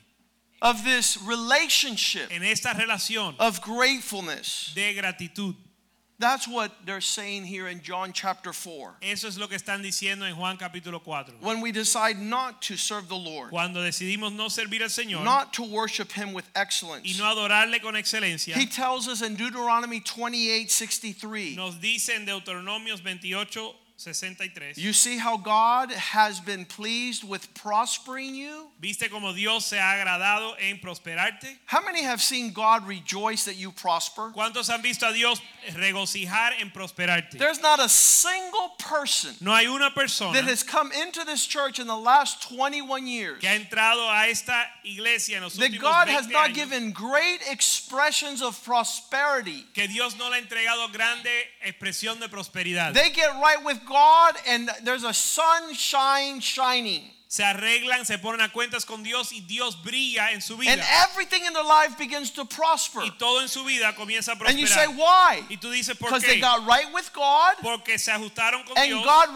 of this relationship
en esta relación
of gratefulness.
de gratitud.
That's what they're saying here in John chapter 4.
Eso es lo que están diciendo en Juan capítulo 4.
When we decide not to serve the Lord,
Cuando decidimos no servir al Señor
not to worship Him with
y
excellence.
no adorarle con excelencia,
He tells us in Deuteronomy 28 63.
nos dice en Deuteronomios 28, 63.
You see how God has been pleased with prospering you?
¿Viste cómo Dios se ha agradado en prosperarte?
How many have seen God rejoice that you prosper?
¿Cuántos han visto a Dios regocijar en prosperarte?
There's not a single person
No hay una
that
persona
has come into this church in the last 21 years
que ha entrado a esta iglesia en los
that
últimos
God has
20
not
años
given great expressions of prosperity.
que Dios no le ha entregado grande expresión de prosperidad.
They get right with God and there's a sunshine shining.
Se arreglan, se ponen a cuentas con Dios y Dios brilla en su
And
vida.
everything in their life begins to prosper.
Y todo en su vida comienza a
And you say,
prosperar.
why?
Y tú dices, ¿por
Because they
qué?
got right with God
Porque se ajustaron con
and
Dios
God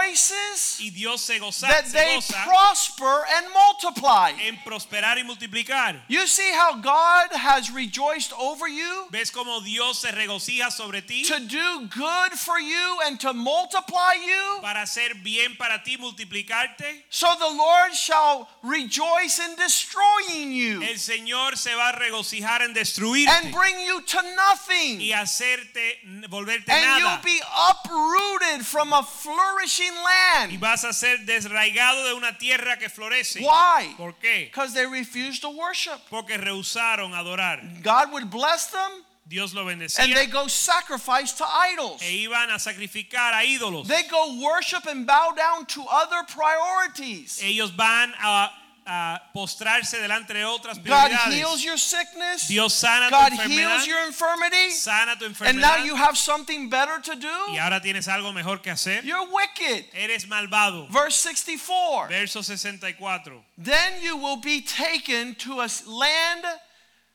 rejoices.
y Dios se goza,
that
se
they
goza
prosper and multiply.
en prosperar y multiplicar.
You see how God has rejoiced over you
¿Ves cómo Dios se regocija sobre ti
to do good for you and to multiply you?
para hacer bien para ti, multiplicarte?
So the Lord shall rejoice in destroying you
El Señor se va a regocijar en
and
destruirte
bring you to nothing.
y hacerte volverte
And
nada.
you'll be uprooted from a flourishing
Y
land.
vas a ser desraigado de una tierra que florece.
Why?
¿Por qué?
Because they refuse to worship.
Porque rehusaron adorar.
God would bless them
Dios lo
and
bendecía
they go sacrifice to idols.
e iban a sacrificar a ídolos.
They go worship and bow down to other priorities.
Ellos van a, a postrarse delante de otras
God heals
prioridades.
your sickness.
Dios sana tu
God
enfermedad,
heals your infirmity.
sana tu
And now
enfermedad
you have something better to
y
do.
ahora tienes algo mejor que hacer.
You're wicked.
Eres malvado.
Verse 64.
Verso 64.
Then you will be taken to a s- land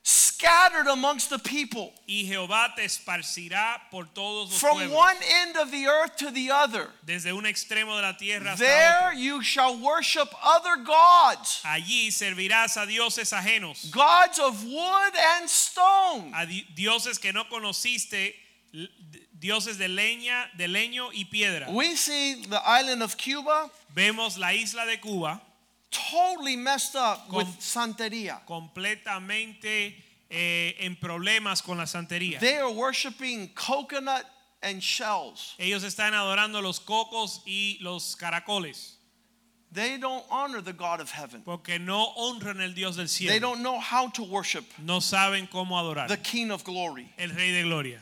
scattered amongst the people
Y Jehová te esparcirá por todos los
from
pueblos,
one end of the earth to the other.
desde un extremo de la tierra hasta
There
otro.
you shall worship other gods,
Allí servirás a dioses ajenos,
gods of wood and stone.
a di- dioses que no conociste, l- d- dioses de leña, de leño y piedra.
We see the island of Cuba
Vemos la isla de Cuba
totally messed up
Com-
with Santeria.
completamente eh, en problemas con la santería.
They are worshiping coconut and shells.
Ellos están adorando los cocos y los caracoles
They don't honor the God of heaven.
porque no honran el Dios del
They
cielo.
don't know how to worship
No saben cómo
the
adorar
King of glory.
el Rey de Gloria.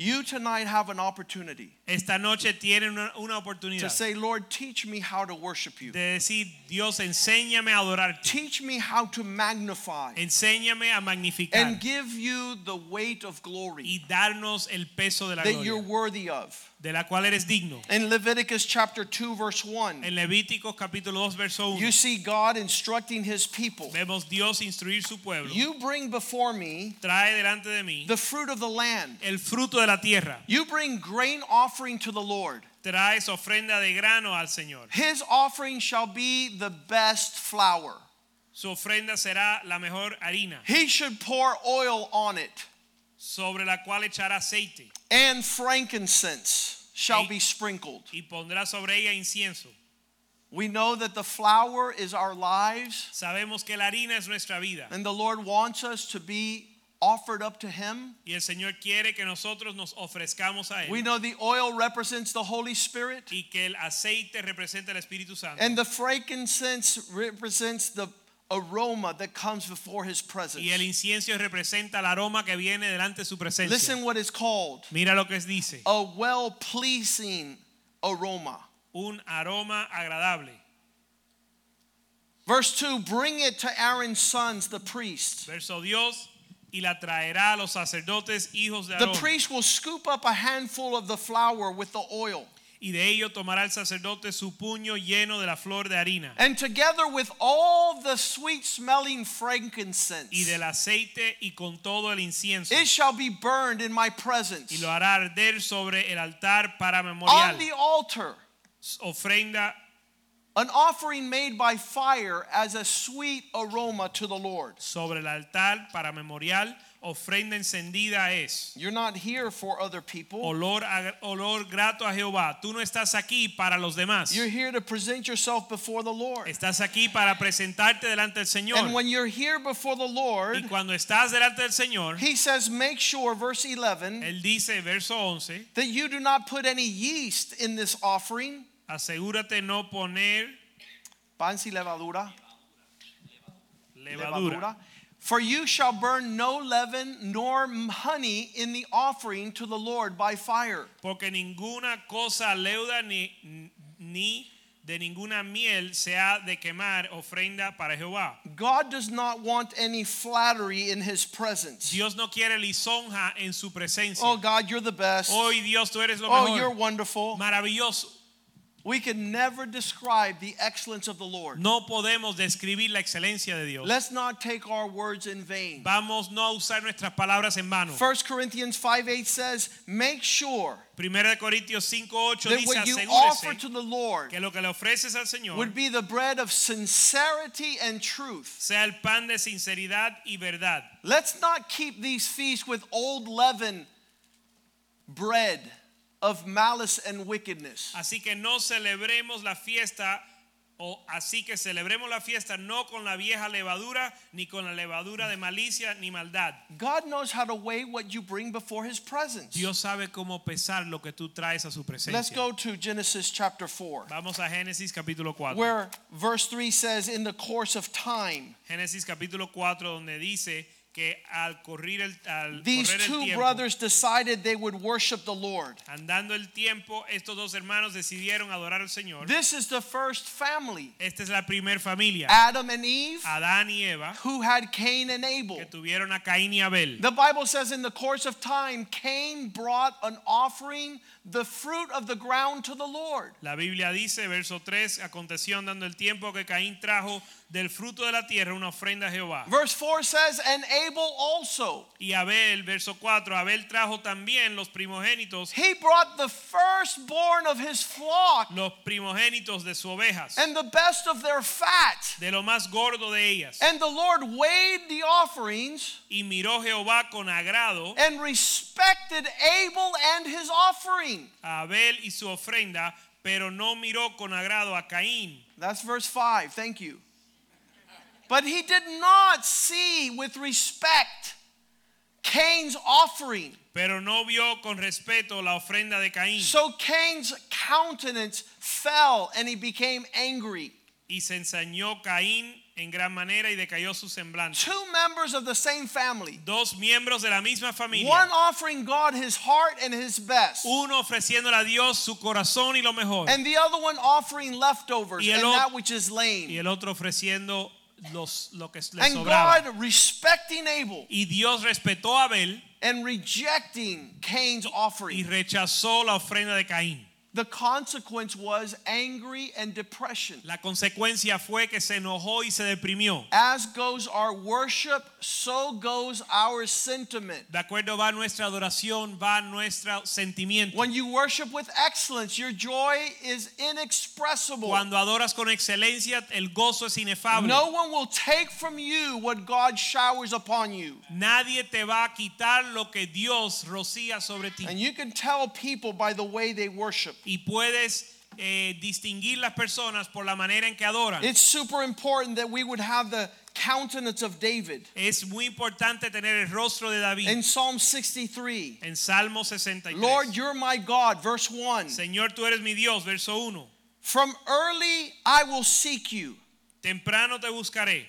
You tonight have an opportunity
Esta noche tienen una, una
to
oportunidad
say, Lord, teach me how to worship you.
de decir, Dios, enséñame a adorarte,
Teach me how to magnify
enséñame a magnificar
and give you the weight of glory
y darnos el peso de la
that you're
gloria,
worthy of.
de la cual eres digno.
In Leviticus chapter 2, verse 1,
En Levíticos capítulo 2, verso 1,
you see God instructing his people.
vemos Dios instruir su pueblo.
You bring before me
Trae delante de mí
the fruit of the land.
el fruto de la tierra.
You bring grain offering to the Lord.
Traes ofrenda de grano al Señor.
His offering shall be the best flour.
Su ofrenda será la mejor harina,
He should pour oil on it,
sobre la cual echará aceite
and frankincense shall be sprinkled.
y pondrá sobre ella incienso.
We know that the flour is our lives,
Sabemos que la harina es nuestra vida
and the Lord wants us to be offered up to Him.
y el Señor quiere que nosotros nos ofrezcamos a
We
Él
know the oil represents the Holy Spirit,
y que el aceite representa el Espíritu Santo
and the frankincense represents the aroma that comes before His
y el
presence.
incienso representa el aroma que viene delante de su presencia.
Listen what is called
Mira lo que es dice,
a well pleasing aroma.
un aroma agradable.
Verse 2 Bring it to Aaron's sons, the priest.
Verso Dios y la traerá a los sacerdotes hijos de
The
Aarón
priest will scoop up a handful of the flour with the oil,
y de ello tomará el sacerdote su puño lleno de la flor de harina
and together with all the sweet smelling
y
frankincense,
del aceite y con todo el incienso
it shall be burned in my
y
presence
lo hará arder sobre el altar para memorial
on the altar,
ofrenda
an offering made by fire as a sweet aroma to the Lord.
sobre el altar para memorial ofrenda encendida es.
You're not here for other people.
Olor, a- olor grato a Jehová. Tú no estás aquí para los demás.
You're here to present yourself before the Lord.
Estás aquí para presentarte delante del
And
Señor.
when you're here before the
Y
Lord,
cuando estás delante del Señor,
he says, make sure, verse 11,
Él dice, verso 11,
that you do not put any yeast in this offering.
asegúrate no poner
Pan sin levadura.
levadura.
levadura. For you shall burn no leaven nor honey in the offering to the Lord by fire.
Porque ninguna cosa leuda ni, ni de ninguna miel se ha de quemar ofrenda para Jehová.
God does not want any flattery in his presence.
Dios no quiere lisonja en su presencia.
Oh God, you're the best.
Hoy Dios tú eres lo
Oh, you're
mejor.
wonderful.
Maravilloso.
We can never describe the excellence of the Lord.
No podemos describir la excelencia de Dios.
Let's not take our words in vain.
Vamos no a usar nuestras palabras en vano.
1 Corinthians 5 8 says, Make sure
Primera de Corintios 5:8
that
dice,
what you offer
asegúrese
to the Lord
que lo que le ofreces al Señor
would be the bread of sincerity and truth.
sea el pan de sinceridad y verdad.
Let's not keep these feasts with old leaven bread of malice and wickedness.
Así que no celebremos la fiesta o así que celebremos la fiesta no con la vieja levadura ni con la levadura de malicia ni maldad.
God knows how to weigh what you bring before his presence.
Dios sabe cómo pesar lo que tú traes a su
Let's
presencia.
go to Genesis chapter 4,
Vamos a Génesis capítulo 4.
where verse 3 says, In the course of time,
Génesis capítulo 4 donde dice que al correr el al
these
correr el
two
tiempo,
brothers decided they would worship the Lord.
andando el tiempo, estos dos hermanos decidieron adorar al Señor.
This is the first family
Esta es la primer familia,
Adam and Eve,
Adán y Eva,
who had Cain and Abel.
que tuvieron a Caín y Abel.
The Bible says in the course of time, Cain brought an offering, the fruit of the ground to the Lord.
La Biblia dice, verso 3, aconteció andando el tiempo que Caín trajo del fruto de la tierra una ofrenda a Jehová.
Verse 4 says, And Abel also.
Y Abel, verso 4, Abel trajo también los primogénitos,
He brought the firstborn of his flock
los primogénitos de sus ovejas,
and the best of their fat.
de lo más gordo de ellas.
And the Lord weighed the offerings
Y miró Jehová con agrado
and respected Abel and his offering.
a Abel y su ofrenda, pero no miró con agrado a Caín.
That's verse 5. Thank you. But he did not see with respect Cain's offering.
Pero no vio con respeto la ofrenda de Caín.
So Cain's countenance fell and he became angry.
y se ensañó Caín en gran manera y decayó su semblante.
Two members of the same family.
Dos miembros de la misma familia.
One offering God his heart and his best.
Uno ofreciéndole a Dios su corazón y lo mejor.
And the other one offering leftovers
Y el
and
o-
that which is
y
lame.
el otro ofreciendo los, lo que le
And
sobraba.
God respecting Abel
y Dios respetó a Abel
and rejecting Cain's
y
offering.
rechazó la ofrenda de Caín.
The consequence was angry and depression.
La consecuencia fue que se enojó y se deprimió.
As goes our worship, so goes our sentiment.
De acuerdo va nuestra adoración, va nuestro sentimiento.
When you worship with excellence, your joy is inexpressible.
Cuando adoras con excelencia, el gozo es inefable.
No one will take from you what God showers upon you.
Nadie te va a quitar lo que Dios rocía sobre ti.
And you can tell people by the way they worship.
Y puedes eh, distinguir las personas por la manera en que adoran.
It's super important that we would have the countenance of David.
Es muy importante tener el rostro de David.
In Psalm 63,
en Salmo 63.
Lord, you're my God, verse 1.
Señor, tú eres mi Dios, verso 1.
From early I will seek you.
Temprano te buscaré.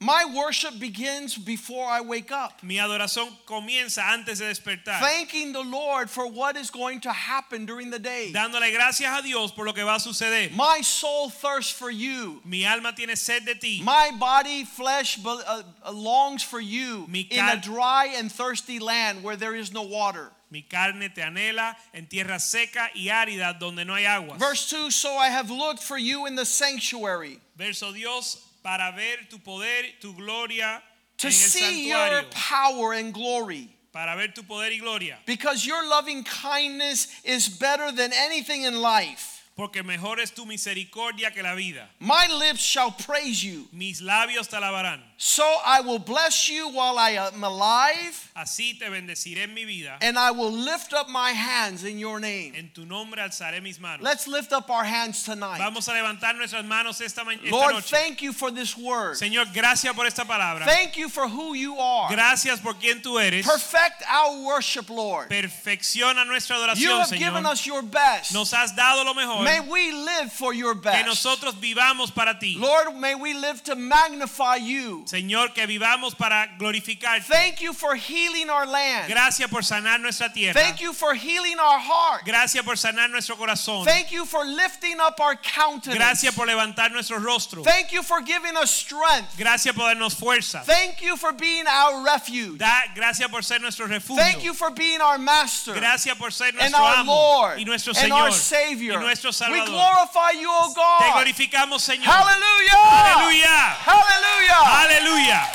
My worship begins before I wake up.
Mi adoración comienza antes de despertar.
thanking the Lord for what is going to happen during the day.
dándole gracias a Dios por lo que va a suceder.
My soul thirsts for you.
Mi alma tiene sed de ti.
My body, flesh be- uh, uh, longs for you
Mi
in a
cal-
dry and thirsty land where there is no water.
Mi carne te anhela en tierra seca y árida donde no hay aguas.
Verse 2 So I have looked for you in the sanctuary
Verso Dios, para ver tu poder, tu gloria
to
en el
see your
santuario,
power and glory.
para ver tu poder y gloria,
Because your loving kindness is better than anything in life.
porque mejor es tu misericordia que la vida.
My lips shall praise you.
Mis labios te alabarán.
So I will bless you while I am alive,
Así te bendeciré en mi vida.
and I will lift up my hands in your name.
En tu nombre alzaré mis manos.
Let's lift up our hands tonight.
Vamos a levantar nuestras manos esta, ma- esta
Lord,
noche.
thank you for this word.
Señor, gracias por esta palabra.
Thank you for who you are.
Gracias por quien tú eres.
Perfect our worship, Lord.
Perfecciona nuestra
You
adoración,
have given
Señor.
us your best.
Nos has dado lo mejor.
May we live for your
Que
best.
nosotros vivamos para ti.
Lord, may we live to magnify you.
Señor, que vivamos para glorificarte.
Thank you for healing our land.
Gracias por sanar nuestra tierra.
Thank you for healing our heart.
Gracias por sanar nuestro corazón.
Thank you for lifting up our countenance.
Gracias por levantar nuestro rostro.
Thank you for giving us strength.
Gracias por darnos fuerza.
Thank you for being our refuge.
Da- gracias por ser nuestro refugio.
Thank you for being our master
Gracias por ser
and
nuestro
our
amo
Lord
y nuestro
and our
Señor
Savior.
y nuestro
We
Salvador.
glorify you, O
Te
God.
glorificamos, Señor.
Hallelujah!
Aleluya.
Hallelujah!
Aleluya.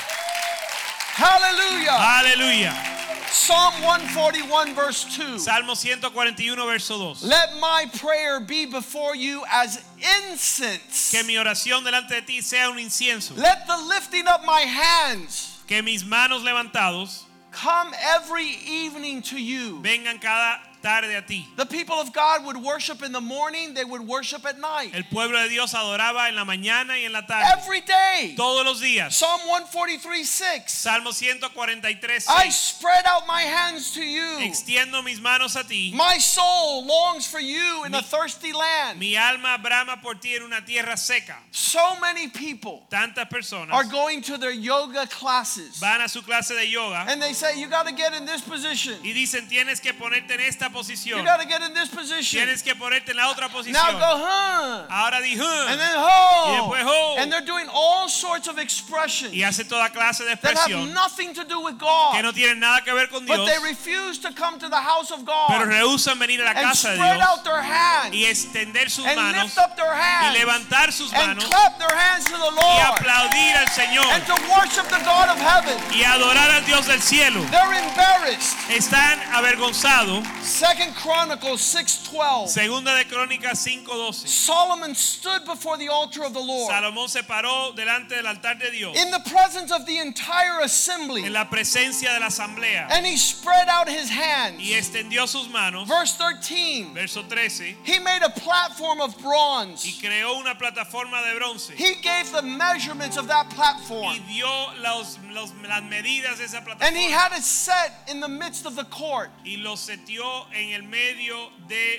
Hallelujah!
Aleluya.
Psalm 141, verse 2.
Salmo 141, verso 2.
Let my prayer be before you as incense.
Que mi oración delante de ti sea un incienso.
Let the lifting up my hands
Que mis manos levantados
come every evening to you.
vengan cada tarde a ti.
The people of God would worship in the morning, they would worship at night.
El pueblo de Dios adoraba en la mañana y en la tarde.
Every day.
Todos los días.
Psalm 143 6.
Salmo 143,
I
6.
spread out my hands to you.
Extiendo mis manos a ti.
My soul longs for you in
Mi-
a thirsty land.
Mi alma brama por ti en una tierra seca.
So many people
Tantas
are
personas
going to their yoga classes
van a su clase de yoga
and they say, You got to get in this position.
y dicen tienes que ponerte en esta
You
posición.
got to get in this position.
Tienes que ponerte en la otra
Now
posición.
go, huh?
Ahora di "Huh",
And then ho.
después, ho.
And they're doing all sorts of expressions
y hace toda clase de
that have
expresión
nothing to do with
que no
God.
tienen nada que ver con
But
Dios,
they refuse to come to the house of
pero
God
rehusan venir a la
and
casa de
spread
Dios
out their hands
y extender sus
and
manos
lift up their
y
hands
levantar sus
and
manos
clap their hands to the
y
Lord
aplaudir al Señor
and to worship the God of heaven.
y adorar al Dios del cielo.
They're embarrassed.
Están avergonzados.
Second Chronicles 6:12.
Segunda de Crónicas 5:12.
Solomon stood before the altar of the Lord
Salomón se paró delante del altar de Dios
in the presence of the entire assembly
en la presencia de la asamblea
and he spread out his hands.
y extendió sus manos.
Verse 13.
Verso 13.
He made a platform of
Y
bronze.
creó una plataforma de bronce
He gave the measurements of that platform.
y dio los- los- las medidas de esa
And he
plataforma
had it set in the midst of the court.
y lo seteó en el medio de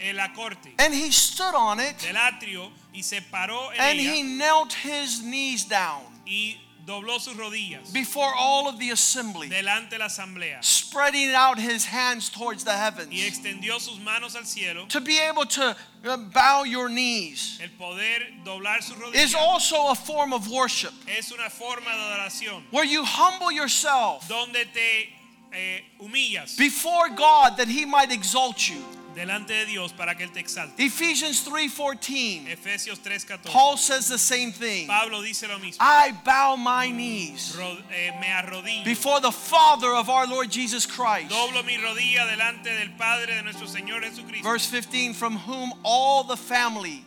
eh, la corte
And he stood on it
del atrio y se paró en
and
ella
he knelt his knees down
y dobló sus rodillas
before all of the assembly,
delante de la asamblea
spreading out his hands towards the
y
heavens
extendió sus manos al cielo.
to be able to uh, bow your knees.
El poder doblar sus rodillas
Is also a form of worship
es una forma de adoración
where you humble yourself
donde te eh, humillas
before God that he might exalt you.
delante de Dios para que Él te exalte.
Ephesians 3:14.
Efesios 3:14.
Paul says the same thing.
Pablo dice lo mismo.
I bow my knees
Ro- eh, me arrodillo.
before the Father of our Lord Jesus Christ.
Doblo mi rodilla delante del Padre de nuestro Señor Jesucristo,
Verse 15 from whom all the family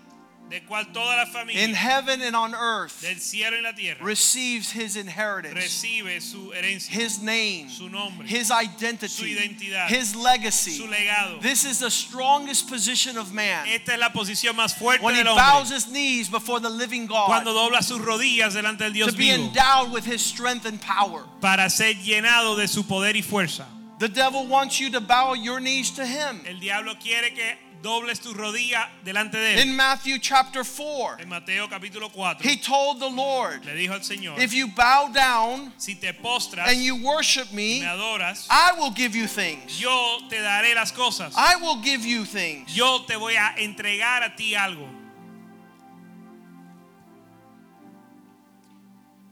de cual toda la
in
familia
heaven and on earth
del cielo y la tierra
receives his inheritance,
recibe su herencia,
his name,
su nombre,
his
su
identity,
identidad,
his
su
legacy.
legado.
This is the strongest position of man
Esta es la posición más fuerte
when he
del
bows
hombre.
his knees before the living
Cuando
God
dobla sus rodillas delante del
to
Dios
be
vivo
endowed with his strength and power.
para ser llenado de su poder y fuerza.
The devil wants you to bow your knees to him.
El diablo quiere que dobles tu rodilla delante de él.
In Matthew chapter 4,
En Mateo capítulo 4
he told the Lord,
le dijo al Señor,
If you bow down
si te postras
and
y
you Ah. worship me,
me adoras,
I will give you things.
yo te daré las cosas.
I will give you things.
Yo te voy a entregar a ti algo.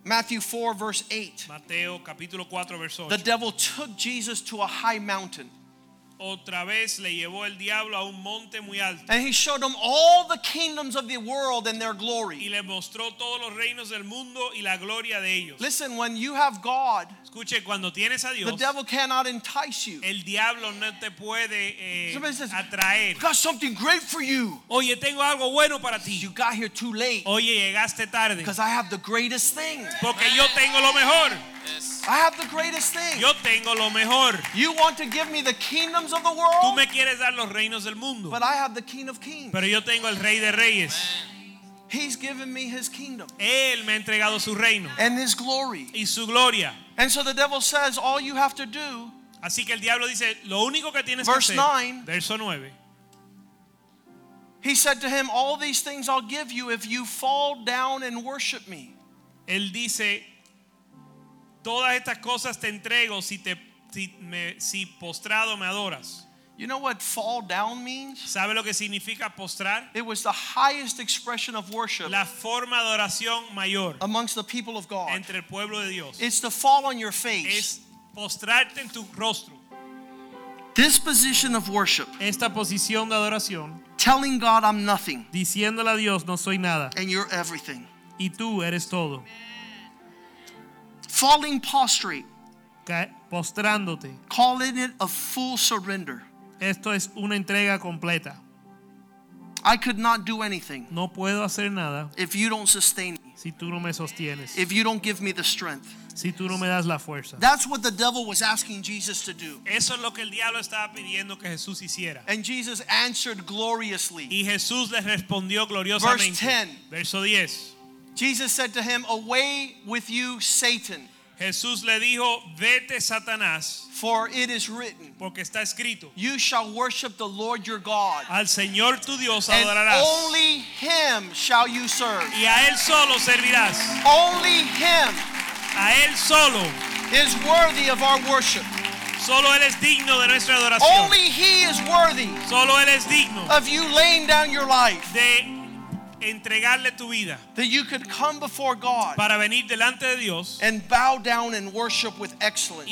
Matthew 4, verse 8.
Mateo capítulo 4 verso
The
8.
devil took Jesus to a high mountain
Otra vez le llevó el diablo a un monte muy alto
And he showed them all the kingdoms of the world and their
y
glory.
le mostró todos los reinos del mundo y la gloria de ellos.
Listen, when you have God,
Escuche, cuando tienes a
the
Dios,
devil cannot entice you.
el diablo no te puede eh,
Somebody says,
atraer.
I've got something great for you.
Oye, tengo algo bueno para
You
ti.
got here too late
Oye, llegaste tarde.
because I have the greatest thing.
Porque yo tengo lo mejor.
I have the greatest thing.
Yo tengo lo mejor.
You want to give me the kingdoms of the
Tú
world,
me quieres dar los reinos del mundo.
but I have the King of Kings.
Pero yo tengo el rey de reyes.
He's given me his kingdom
Él me ha entregado su reino
and his glory.
y su gloria.
And so the devil says, All you have to do
Así que el diablo dice, lo único que tienes
Verse
que hacer,
nine.
verso 9,
He said to him, All these things I'll give you if you fall down and worship me.
él dice, todas estas cosas te entrego si, te, si, me- si postrado me adoras.
You know what fall down means?
¿Sabe lo que significa postrar?
It was the highest expression of worship
La forma de oración mayor
amongst the people of God.
entre el pueblo de Dios
It's to fall on your face.
es postrarte en tu rostro.
This position of worship,
Esta posición de adoración,
telling God I'm nothing
diciéndole a Dios, no soy nada
and you're everything.
y tú eres todo,
Falling prostrate,
Ca- postrándote.
calling it a full surrender.
Esto es una entrega completa.
I could not do anything
No puedo hacer nada
if you don't sustain me,
si tú no me sostienes,
if you don't give me the strength.
si tú no me das la fuerza.
That's what the devil was asking Jesus to do.
Eso es lo que el diablo estaba pidiendo que Jesús hiciera.
And Jesus answered gloriously.
Y Jesús les respondió gloriosamente.
Verse 10.
Verso 10.
Jesus said to him, Away with you, Satan,
Jesús le dijo, vete Satanás,
for it is written,
porque está escrito,
You shall worship the Lord your God,
al Señor tu Dios
and
adorarás
only him shall you serve.
y a Él solo servirás.
Only him
A Él solo,
is worthy of our worship.
solo Él es digno de nuestra adoración.
Only he is worthy
solo Él es digno
of you laying down your life
de entregarle tu vida
that you could come before God
para venir delante de Dios
and bow down and worship with
y
excellence.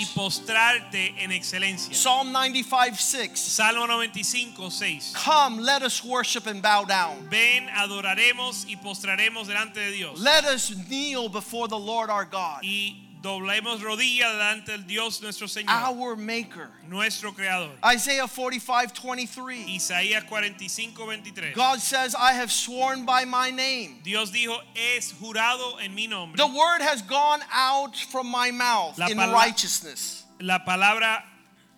postrarte en excelencia.
Psalm 95 6.
Salmo 95, 6.
Come, let us worship and bow down.
Ven, adoraremos y postraremos delante de Dios.
Let us kneel before the Lord our God,
Y doblemos rodillas delante del Dios nuestro Señor,
our Maker.
nuestro Creador.
Isaiah 45 23.
Isaías 45, 23.
God says, I have sworn by my name.
Dios dijo, es jurado en mi nombre.
The word has gone out from my mouth
La
in
pala-
righteousness,
La palabra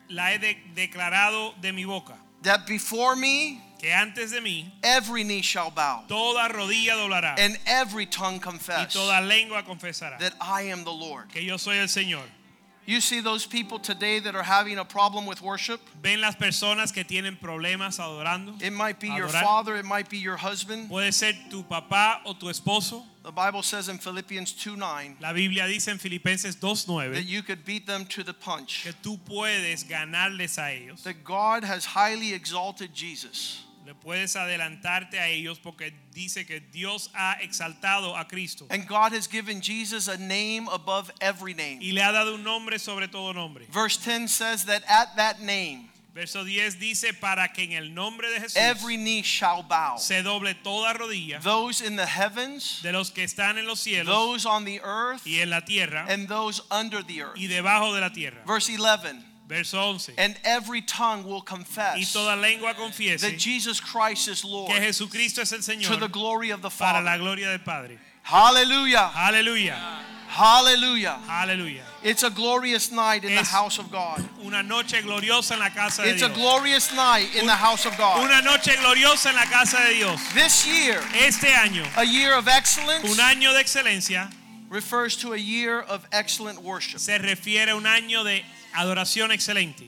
la he de- declarado de mi boca.
that before me
Que antes de mí,
every knee shall bow
toda rodilla doblará
and every tongue
y
confess
toda lengua confesará
that I am the Lord.
que yo soy el Señor.
You see those people today that are having a problem with worship?
Ven las personas que tienen problemas adorando.
It might be your
Adorar.
father, it might be your husband.
Puede ser tu papá o tu esposo.
The Bible says in Philippians 2 9.
La Biblia dice en Filipenses
that
2.9
you could beat them to the punch.
que tú puedes ganarles a ellos.
That God has highly exalted Jesus.
Le puedes adelantarte a ellos porque dice que Dios ha exaltado a Cristo
And God has given Jesus a name above every name.
y le ha dado un nombre sobre todo nombre.
Verse 10 says that at that name,
Verso 10 dice para que en el nombre de Jesús
every knee shall bow.
se doble toda rodilla
Those in the heavens,
de los que están en los cielos
those on the earth,
y en la tierra
and those under the earth.
y debajo de la tierra.
Verse 11,
Verso 11
and every tongue will
y
confess
toda lengua confiese
that Jesus Christ is Lord
que Jesucristo es el
to the
Señor
glory of the
para la
Father.
gloria del Padre.
Hallelujah!
Aleluya,
Hallelujah!
aleluya.
It's a glorious night in the
Es-
house of God.
Una noche gloriosa en la casa de
It's a
Dios.
glorious night in the house of God.
Una noche gloriosa en la casa de Dios.
This year,
Este año,
a year of excellence,
un año de excelencia,
refers to a year of excellent worship.
se refiere a un año de adoración excelente.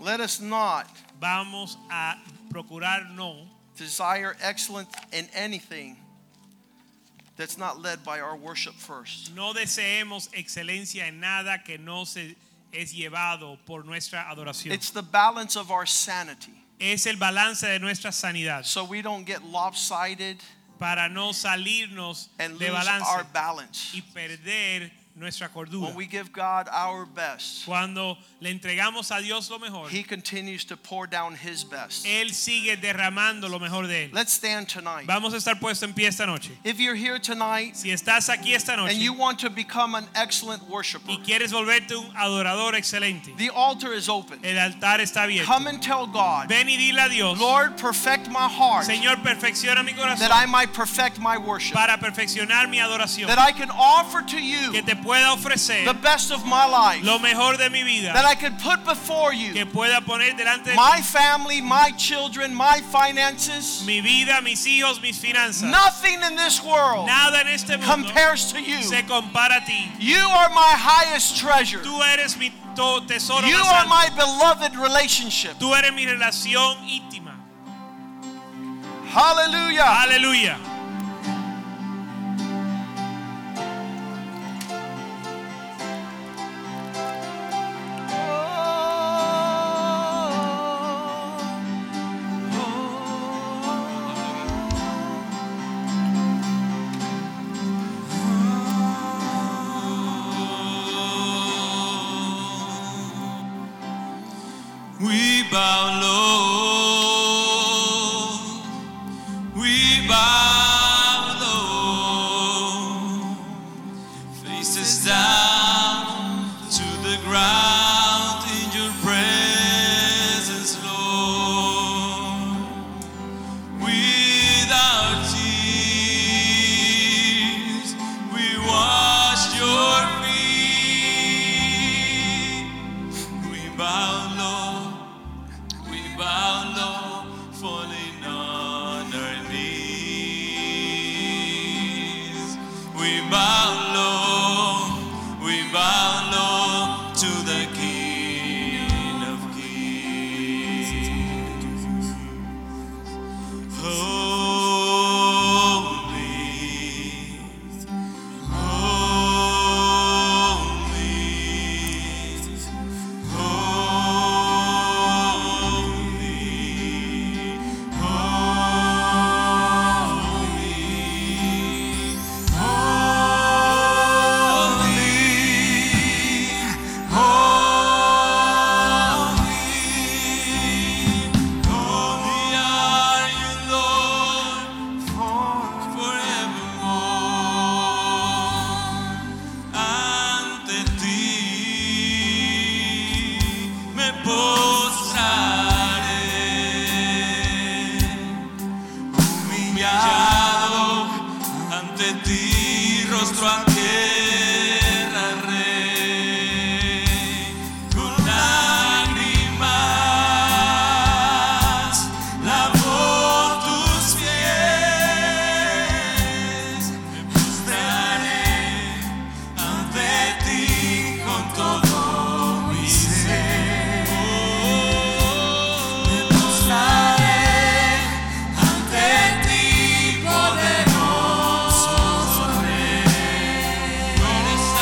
Let us not
Vamos a procurar no
desire excellence in anything that's not led by our worship first.
no deseemos excelencia en nada que no se es llevado por nuestra adoración.
It's the balance of our sanity
Es el balance de nuestra sanidad
so we don't get lopsided
para no salirnos
and
de
lose our balance.
balance y perder nuestra cordura.
When we give God our best,
Cuando le entregamos a Dios lo mejor,
He continues to pour down His best.
Él sigue derramando lo mejor de Él.
Let's stand tonight.
Vamos a estar puesto en pie esta noche.
If you're here tonight
Si estás aquí esta
and
noche
you want to become an excellent worshiper,
y quieres volverte un adorador excelente,
the altar is open.
el altar está abierto.
Come and tell God,
Ven y dile a Dios,
Lord, perfect my heart
Señor, perfecciona mi
that
corazón
I might perfect my worship,
para perfeccionar mi adoración.
that I can offer to
Que
you
te pueda ofrecer
the best of my life,
lo mejor de mi vida.
that I can put before you
Que pueda poner delante de
my family, my children, my finances.
mi vida, mis hijos, mis finanzas.
Nothing in this world
Nada en este mundo
compares to you.
se compara a ti.
You are my highest treasure.
Tú eres mi to- tesoro
You
más
are
alto.
my beloved relationship.
Tú eres mi relación íntima.
Hallelujah.
Aleluya.
We bow low. We bow low. Faces down to the ground in your presence, Lord. Without tears, we wash your feet. We bow low. We bow low, falling on our knees. We bow low, we bow low to the King of Kings. Holy, holy. Holy, holy, holy, holy. Holy are you, Lord, forevermore ante ti me posaré humillado ante ti rostro a tierra rey con lágrimas lavo tus pies me postraré ante ti con todo mi ser. Me mostraré ante ti, poderoso Rey. No eres oh,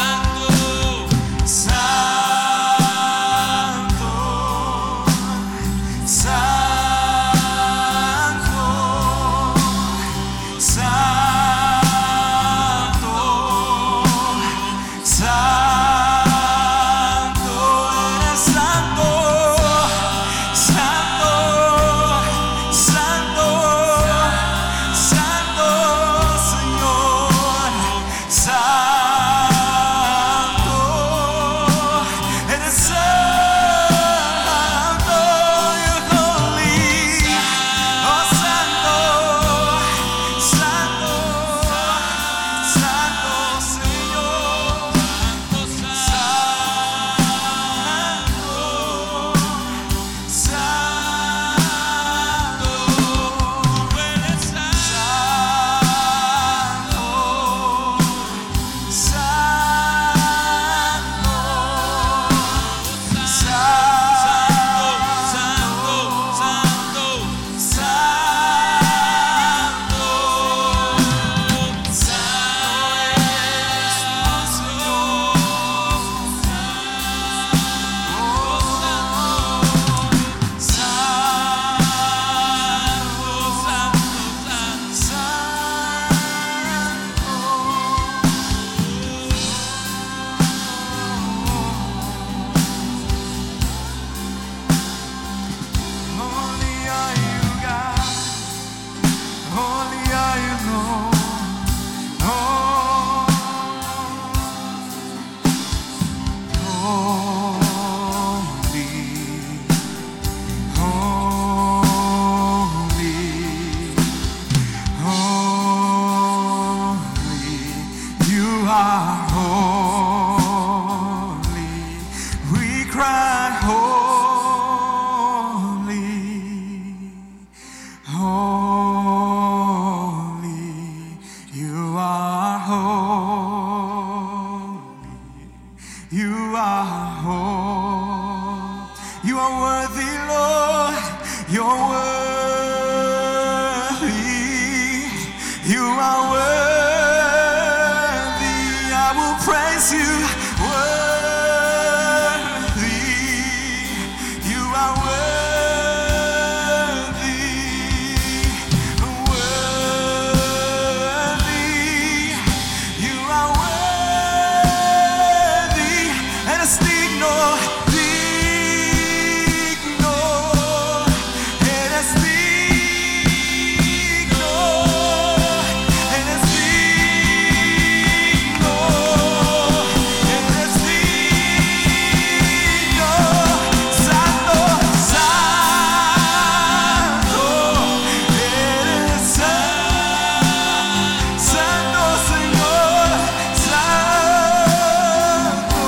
Oh. are holy. You are holy. You are worthy, Lord. You're worthy. You are worthy. I will praise you. Worthy. You are worthy. Worthy. You are worthy. And it's digno. Digno. Eres digno. Eres digno. Eres digno. Santo, santo. Eres santo. Santo Señor, Santo,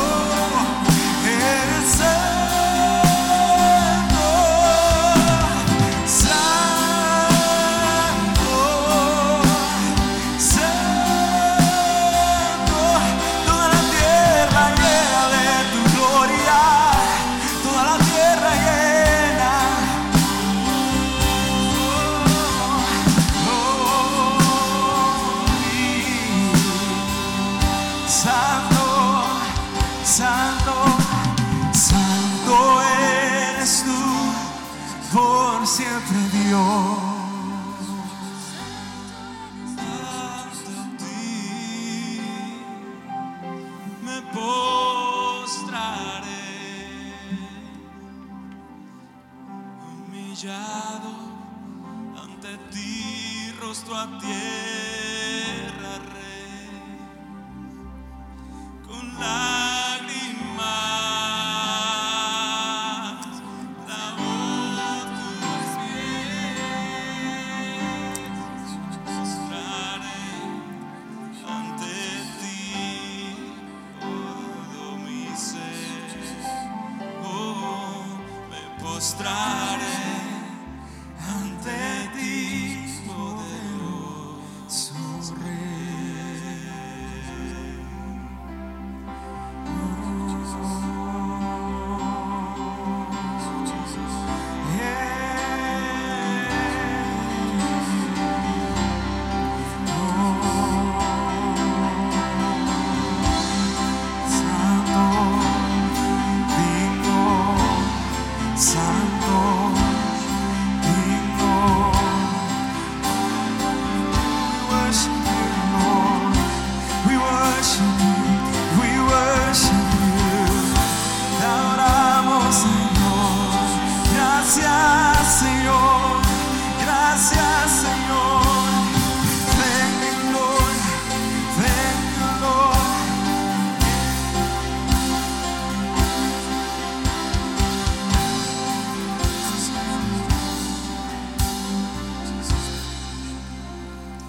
eres Santo, Santo, Santo, toda la tierra llena de tu gloria, toda la tierra llena. Santo, santo, santo eres tú, por siempre Dios. Me postraré, humillado ante ti rostro a tierra, rey, con lágrimas lavo tus pies, mostraré ante ti todo mi ser, oh, me postraré ante ti, poderoso Rey. Yeah. Oh, Santo, digno, Santo. Digno, worship you, Lord. We worship you. We worship you. Te adoramos, Señor. Gracias, Señor. Gracias, Señor. Thank you, Lord. Thank you, Lord.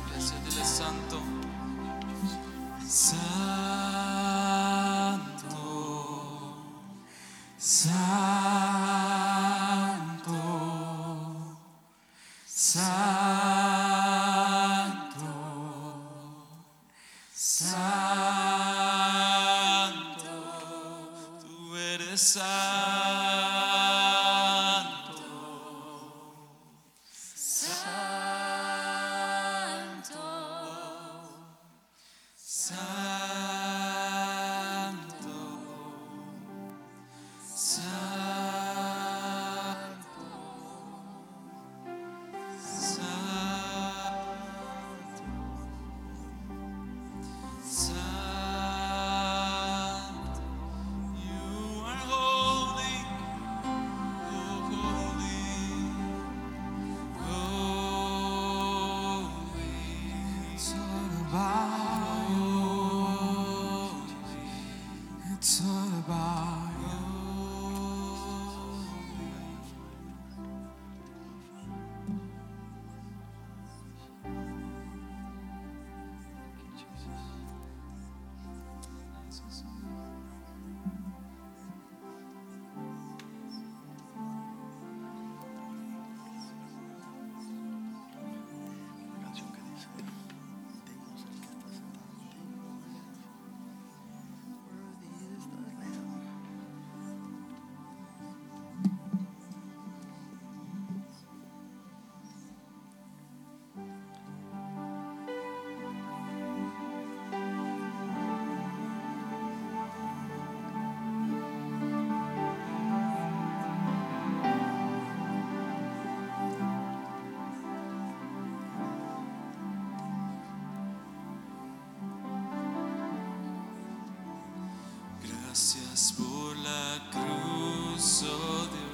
Gracias, dile santo. Santo. Santo. Santo. Santo. Tú eres santo. Santo, Santo, Santo, Santo, Santo, You are holy, oh holy. It's all about you. It's all about you. oh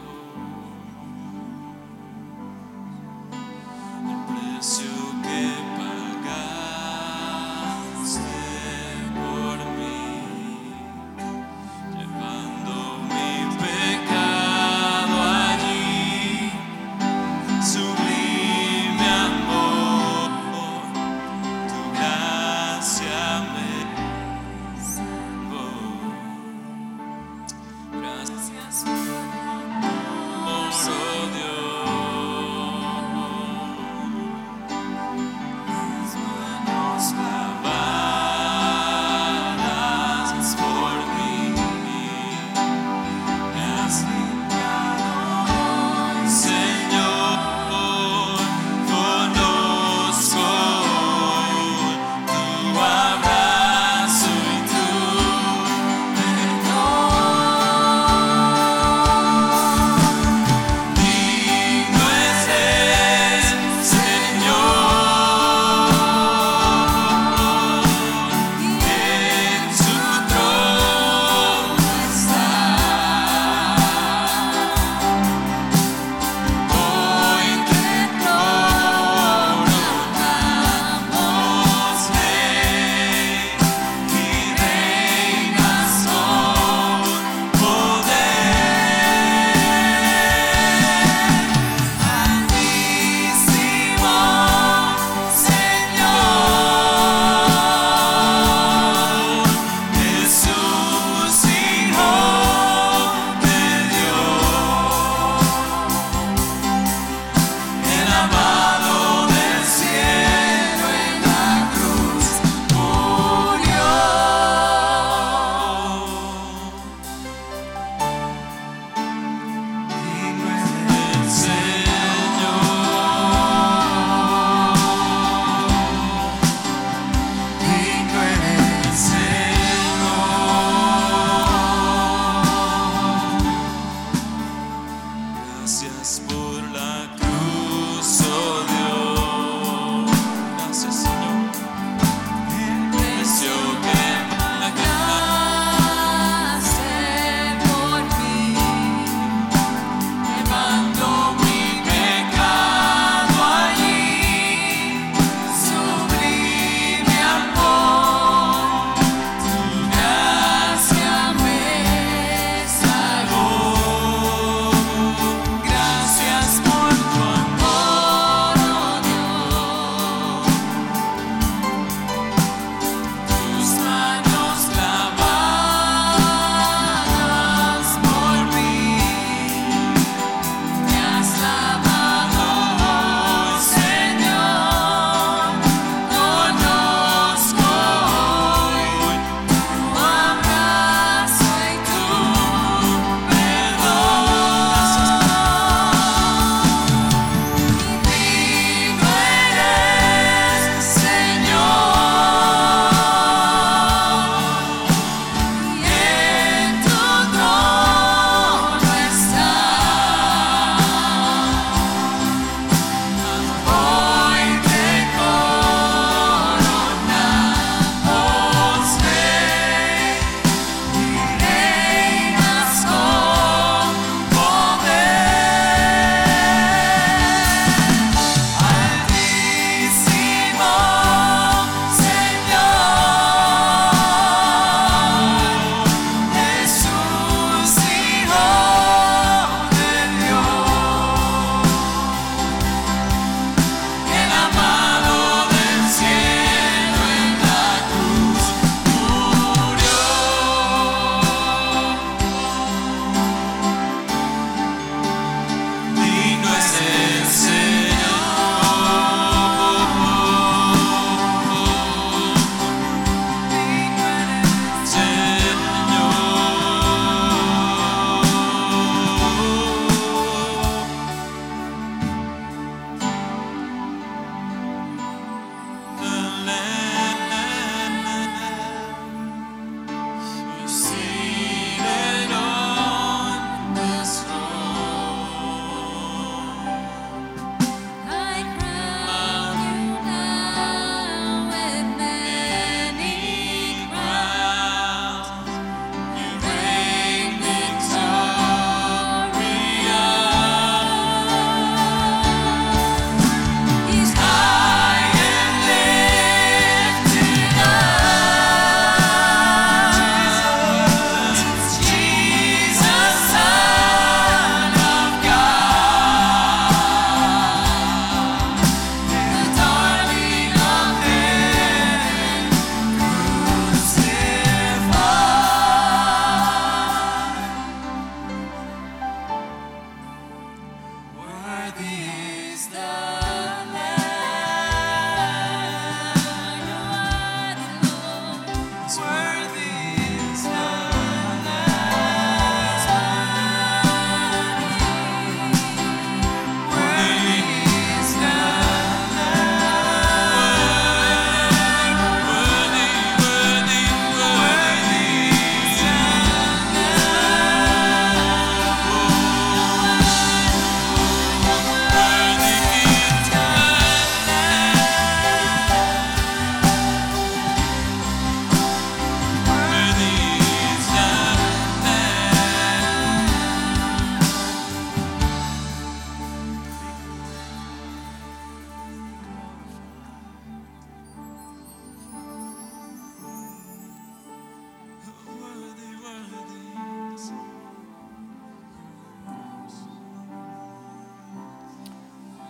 oh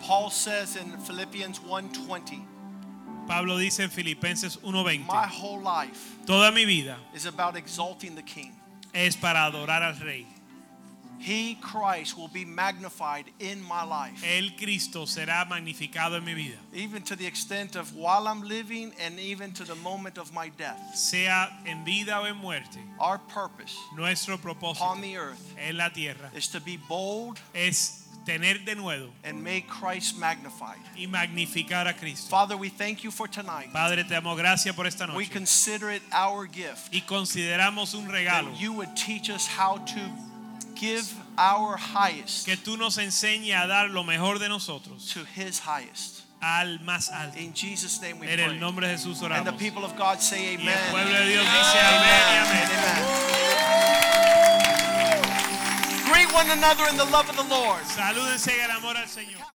Paul says in Philippians 1:20,
Pablo dice en Filipenses
my
1:20,
whole life
toda mi vida
is about exalting the king.
es para adorar al rey.
He Christ will be magnified in my life.
El Cristo será magnificado en mi vida,
even to the extent of while I'm living and even to the moment of my death.
sea en vida o en muerte.
Our purpose
Nuestro propósito
upon the earth
en la tierra
is to be bold
es tener de nuevo
and make Christ magnified.
y magnificar a Cristo.
Father, we thank you for tonight.
Padre, te damos gracias por esta
We
noche
consider it our gift
y consideramos un regalo
that you would teach us how to give our highest
que tú nos enseñes a dar lo mejor de nosotros
to his highest.
al más alto.
In Jesus' name we
En el
pray.
nombre de Jesús
And the
oramos.
people of God say
Y el
amen.
pueblo de Dios dice amén y amén.
Amen. Greet one another in the love of the Lord.
Salúdense en el amor al Señor.